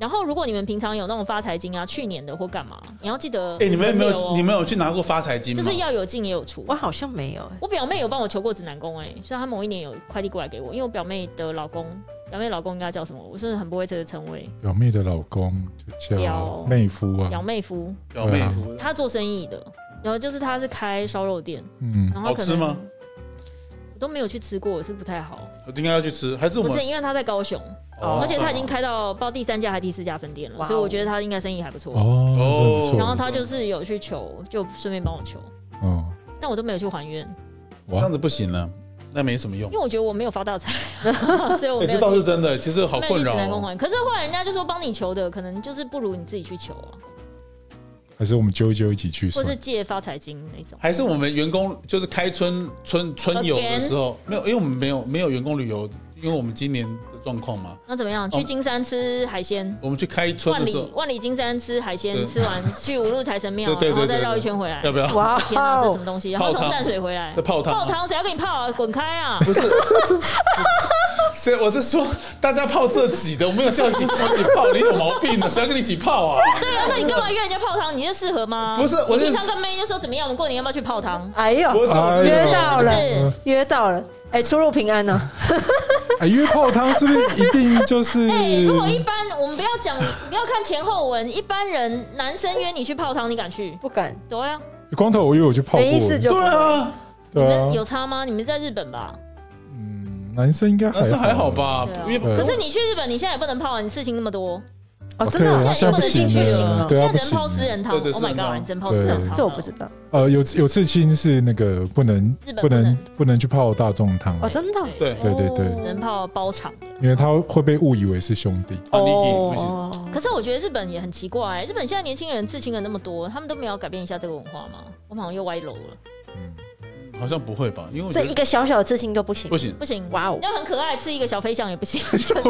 然后，如果你们平常有那种发财金啊，去年的或干嘛，你要记得
哎，你们有没
轮流
有
哦
你们有去拿过发财金吗？
就是要有进也有出
我。好像没有欸
我表妹有帮我求过指南宫哎、所以她某一年有快递过来给我，因为我表妹的老公，表妹老公应该叫什么？我真的很不会这个称谓，
表妹的老公就叫
表
妹夫
嗯
啊，
表妹夫，
表妹夫的，
她做生意的，然后就是她是开烧肉店，
嗯，
然后
好
可
吃
能
吗？
我都没有去吃过，是不太好，
我应该要去吃，还是我
不
们
是因为她在高雄，
哦
而且他已经开到报第三家还第四家分店了，
哇哦
所以我觉得他应该生意还不错。
哦，
哦
真不
然后
错，
他就是有去求，就顺便帮我求，
嗯，
但我都没有去还愿，
这
哇
样，子不行了，那没什么用
因为。我觉得我没有发 大财，所以我
哎，这
没有去。
倒是真的，其实好
没有
困
去
扰
指南宫
哦。
还，可是后来人家就说帮你求的，可能就是不如你自己去求啊，
还是我们揪一揪一起去
或
算
是借发财金那种。
还是我们员工就是开春春春游的时候，没有，因为我们没有没有员工旅游，因为我们今年的状况嘛，
那怎么样？去金山吃海鲜，
我们去开春
万
的哦时
里
候，
万里金山吃海鲜，
对
吃完去五路财神庙，
对对对
哦然后再
对对
绕一圈回来。
要不 要？
哇
天哪，这什
哦，
么东西？然后
泡
从
汤
淡水回来
这，泡汤啊
泡汤谁要跟你泡啊？滚开啊！
不是，谁？我是说大家泡这几的，我没有叫你跟我一起泡，你有毛病的，谁要跟你一起泡 啊？
对啊，那你干嘛约人家泡汤？你这适合吗？
不是我
你
是
平常跟妹就说怎么样？我们过年要不要去泡汤？
哎呦，
不是我
哎
是
约
呦
到
是
了，
不是？
约到了，哎，出入平安呐。
哎，因为泡汤是不是一定就是？
哎，如果一般我们不要讲，不要看前后文，一般人男生约你去泡汤，你敢去？
不敢，
对啊，
光头，我以为我去泡过，
没意思就不
对
会
啊，
你
对啊
们，有差吗？你们在日本吧？
嗯，男生应该
但是还好
好？
吧
对，啊
因为
对
可是你去日本，你现在也不能泡啊，你事情那么多，
哦，
哦
真
对
的哦
啊现在不
进
行
去
了
了，
对
现
啊不
在只能
行
泡私人汤。
对对
Oh my
私人汤
god，你只能泡私人汤。
这我不知。道
呃，有有刺青是那个不能
日本
不
不
能
能
不能去泡大众汤
哦，，真的哦，
对
对对对
只能泡包场的。
因为他会被误以为是兄弟。
啊，你你不行，
哦
可是我觉得日本也很奇怪、日本现在年轻人刺青人那么多，他们都没有改变一下这个文化吗？我们好像又歪楼了，
嗯，
好像不会吧？因为我
所
觉
以一
得
个小小的刺青都不行
不， 行，
不行，
哇哦，
要很可爱，吃一个小飞象也 不行，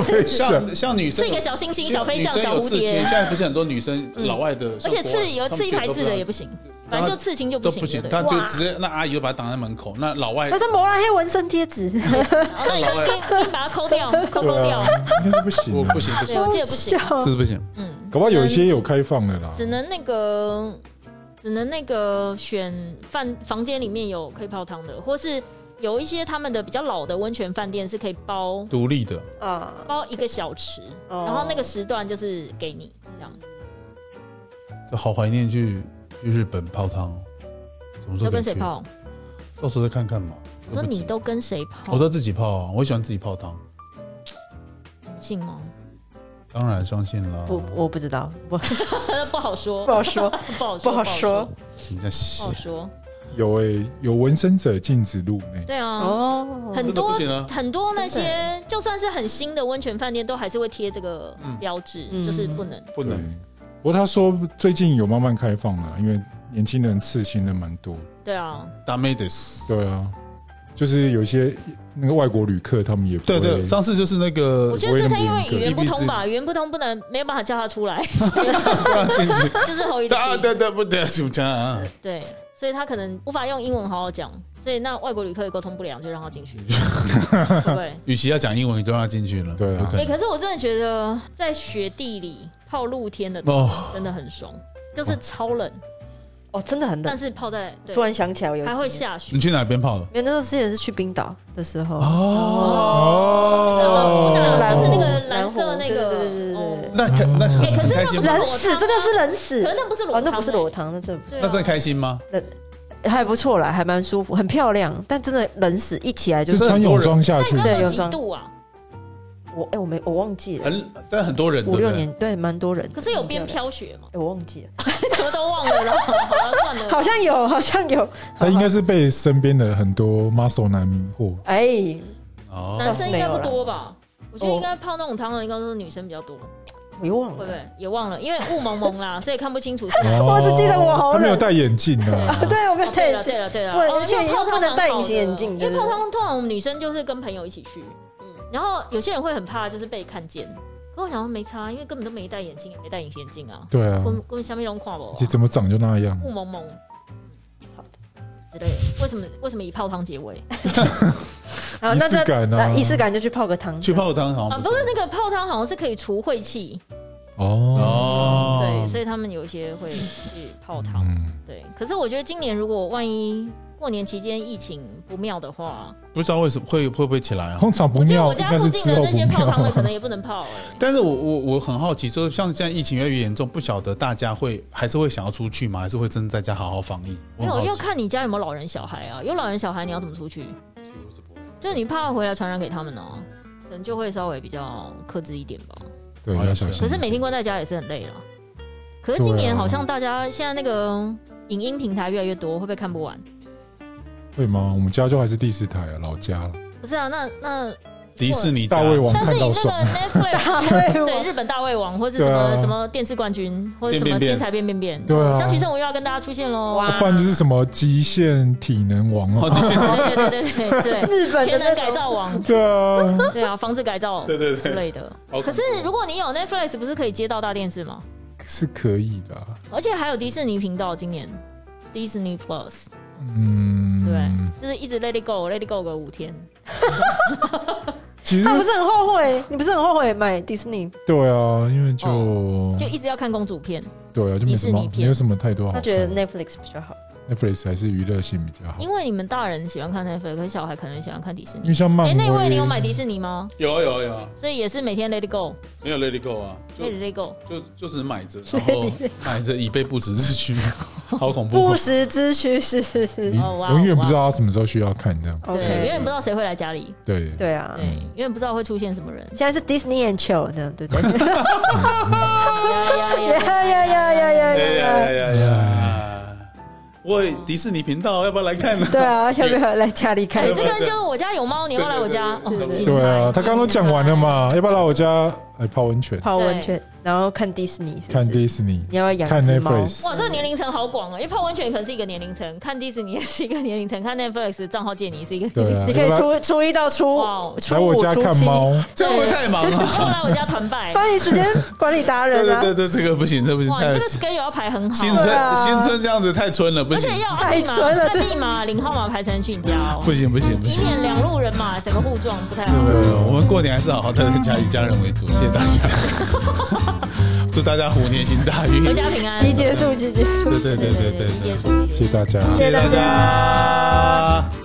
非常
像像女生
吃一个小星星、小飞象、
女生
小
有
蝴
刺青
蝶嗯
现，在不是很多女生老外的，
而
像
且
国
刺
外
有
啊他们
刺一
去
排
都
字
不
的
要
也不行，
然
反
后
正就刺青就不
都
行
不行，
了。对
他
不对
就直接那阿姨就把它挡在门口，那老外
那是摩拉黑纹身贴纸，
然后那你就可以可以把它抠掉，抠抠
对
掉
啊。，应该是不行
我
啊，
不行不
对，
行，
我记得不啊行，
笑
是不行，
嗯，
搞不好有一些有开放的啦。
只能那个，只能那个选饭房间里面有可以泡汤的，或是有一些他们的比较老的温泉饭店是可以包
独立的。
啊，
包一个小时，
哦
然后那个时段就是给你这样，
就好怀念去去日本泡汤哦，什么时
都
候可以
跟谁
去？
泡？
到时候再看看嘛。
我说
不急
你，都跟谁泡？
我都自己泡啊，我喜欢自己泡汤，
你信吗？
当然相信啦。
不，我不知道，不
不好说，
不好说，
不好
不
说，
好说，
人家
不
洗
好说。
有诶，有纹身者禁止入内。
对啊，
哦，
很
真的
多
不行啊
很多那些就算是很新的温泉饭店，都还是会贴这个标志，
嗯
就是不能。
不
对
能。，
不过他说最近有慢慢开放了，因为年轻人刺青的蛮多。
对啊，
达美德斯。
对啊，就是有一些那个外国旅客，他们也不
对
会
对，上次就是那个
我觉得是他因为语言不
EBC
通吧，语言不通不能没有 办法叫他出来，
突然进去，
就是侯一
E 对啊
的。
对对不对，什么讲啊？
对，所以他可能无法用英文好好讲，所以那外国旅客也沟通不良，就让 他进去。对，
与其要讲英文，你就让他进去了。
对啊
有可
哎、
能
可是我真的觉得在雪地里泡露天的
哦，
真的很爽，就是超冷，
哦，真的很
但
冷。
是泡在对
突然想起来，我有
还会
一集，
下雪
你。去哪边泡的？
因为那时候之前是去冰岛的时候，
哦
那个
蓝
就是那
湖
个蓝色那
对对
个，
对对对对
哦
那可那
哎可
很
是
开
那
心
不
吗
是？
冷死，真的是冷死
可。是那不是裸
哦，
汤、
那不是裸汤，那真的
对啊
那真的开心吗？
还不错啦，还蛮舒服，很漂亮，但真的冷死，一起来就
就是穿泳装下去
那你，那时
对
候
有
几
装
度啊？
我哎、我没我忘记了，
很，但很多人对
五
不
六
对？
年对，蛮多人。
可是有边飘雪吗？
哎、我忘记了，
什么都忘了，然后好了算了。
好像有，好像有，
他应该是被身边的很多 muscle 男迷 惑。
哎、
哦，
男生应该不多吧？我觉得应该泡那种汤的，应该都是女生比较多，
我又忘
会不
了。
会？也忘了，因为雾蒙蒙 啦，所以看不清楚是哪。
哦
我只记得我好冷
他没有戴眼镜 啊。
对，我没有
哦对
太
了对了对了，
对
哦
而且
因为泡汤
又不能戴隐形
蛮
眼
好的
镜
因为
对对
泡汤通常我们女生就是跟朋友一起去，嗯，然后有些人会很怕就是被看见，可我想说没差，啊因为根本都没戴眼镜，也没戴隐形眼镜啊，
对啊，
跟跟下面都看我
你怎么长就那样？
雾蒙蒙，好的之类的。为什么为什么以泡汤结尾？
好，那就
仪式感啊
那仪式感就去泡个汤，
去泡汤好
啊，
像
不
错
是那个泡汤好像是可以除晦气，
哦，
哦，
对，所以他们有一些会去泡汤。
嗯，
对，可是我觉得今年如果万一过年期间疫情不妙的话，
不知道为什么会会不会起来啊？
通常不
我觉得
妙，
我
应
家
该
附
是
近
之
的
后
那
不
些泡汤的可能
妙。
也不 能泡哎、
但是我我我很好奇，就是像现在疫情越来越严重，不晓得大家会还是会想要出去吗？还是会真的在家好好防疫？
没有，
我很
要
好奇
看你家有没有老人小孩啊。有老人小孩，你要怎么出去？就是你怕回来传染给他们呢、可能就会稍微比较克制一点吧。
对，要小心。
可是每天关在家也是很累了。可是今年好像大家现在那个影音平台越来越多，会不会看不完？
会吗？我们家就还是第四台啊，老家了。
不是啊，那那
迪士尼家
大胃王
但是
看
你
到
那个
爽，
Netflix
对
对
我
日本大胃王，或是什
对
么、
啊
什么电视冠军，或者什么
变变变
天才变变变，
对啊
像徐正武又要跟大家出现喽！
哇
啊不然就是什么极限体能王
哦，
啊。
迪士尼
对对对对对对，
日本的
全
那
能
种
改造王，
对啊，
对啊，房子改造，
对对对哦
之 类的。
好恐怖
可是如果你有 Netflix，不是可以接到大电视吗？
是可以的啊。
而且还有迪士尼频道，今年 Disney Plus，
嗯，
对，就是一直 Let It Go，Let It Go 个五天。
其实
他不是很后悔，你不是很后悔买迪士尼？
对啊，因为就、
哦就一直要看公主片，
对啊，就没什
迪士尼
么
片
没有什么太多好
他
看。
觉得 Netflix 比较好。
Netflix 还是娱乐性比较好，
因为你们大人喜欢看 Netflix，可是小孩可能喜欢看迪士
因为
尼。
像漫
哎，
威，
那位你有买迪士尼吗？
有啊有啊有啊，
所以也是每天 Let It
没有 Lady Go 啊，就
Go，Let It Go。
就就只买着，然 后买着以备不时之需，好恐怖
不。时之需是是是
你
哦哇
永远不知道他什么时候需要看这样。
对，永
，OK，
远不知道谁会来家里，
对
对啊，
对，永远不知道会出现什么人。
现在是 Disney and Chill 呢，对不对？
呀 呀
呀
呀
呀呀呀呀
哎
呀
呀呀！呀呀！喂，迪士尼频道要不要来看呢？
对啊，要不要来家里看
哎，
一
这
下？
个人就是我家有猫，你要来我家。
对对对
哦
对
精彩
对啊，他刚刚都讲完了？嘛，要不要来我家来泡温泉、
泡温泉，然后看迪士尼，是不
看
是？
Disney、
你要养
看
只猫，
Netflix？
哇，这个年龄层好广啊！因为泡温泉可能是一个年龄层，看迪士尼也是一个年龄层，看 Netflix 账号借你是一个年
对
龄
啊，
你可以
要不
初初一到初
哇哦
要来
初
我
五、
家
初
看
七，
猫，
这样会不会太忙了。
层。要来我家 团拜，
帮你时间管理达
对
人啊！
对对对，这个不行，这不行，
哇，
太
你这个 schedule 要排很好，
新
对啊
春新春这样子太春了，不
而
行
且要按密
太纯
码，
了
按
这
密码领号码排才能去你家哦，
不行不行不
以
行。
免两路人马整个互撞不太好。
对对对我们过年还是好好待在家，以家人为主，谢谢大家，祝大家虎年行大运。
回
对
家平安，
集结束，集结束。
对对对对
集
对
结，束，集结束
谢谢大家。
谢谢大家
家。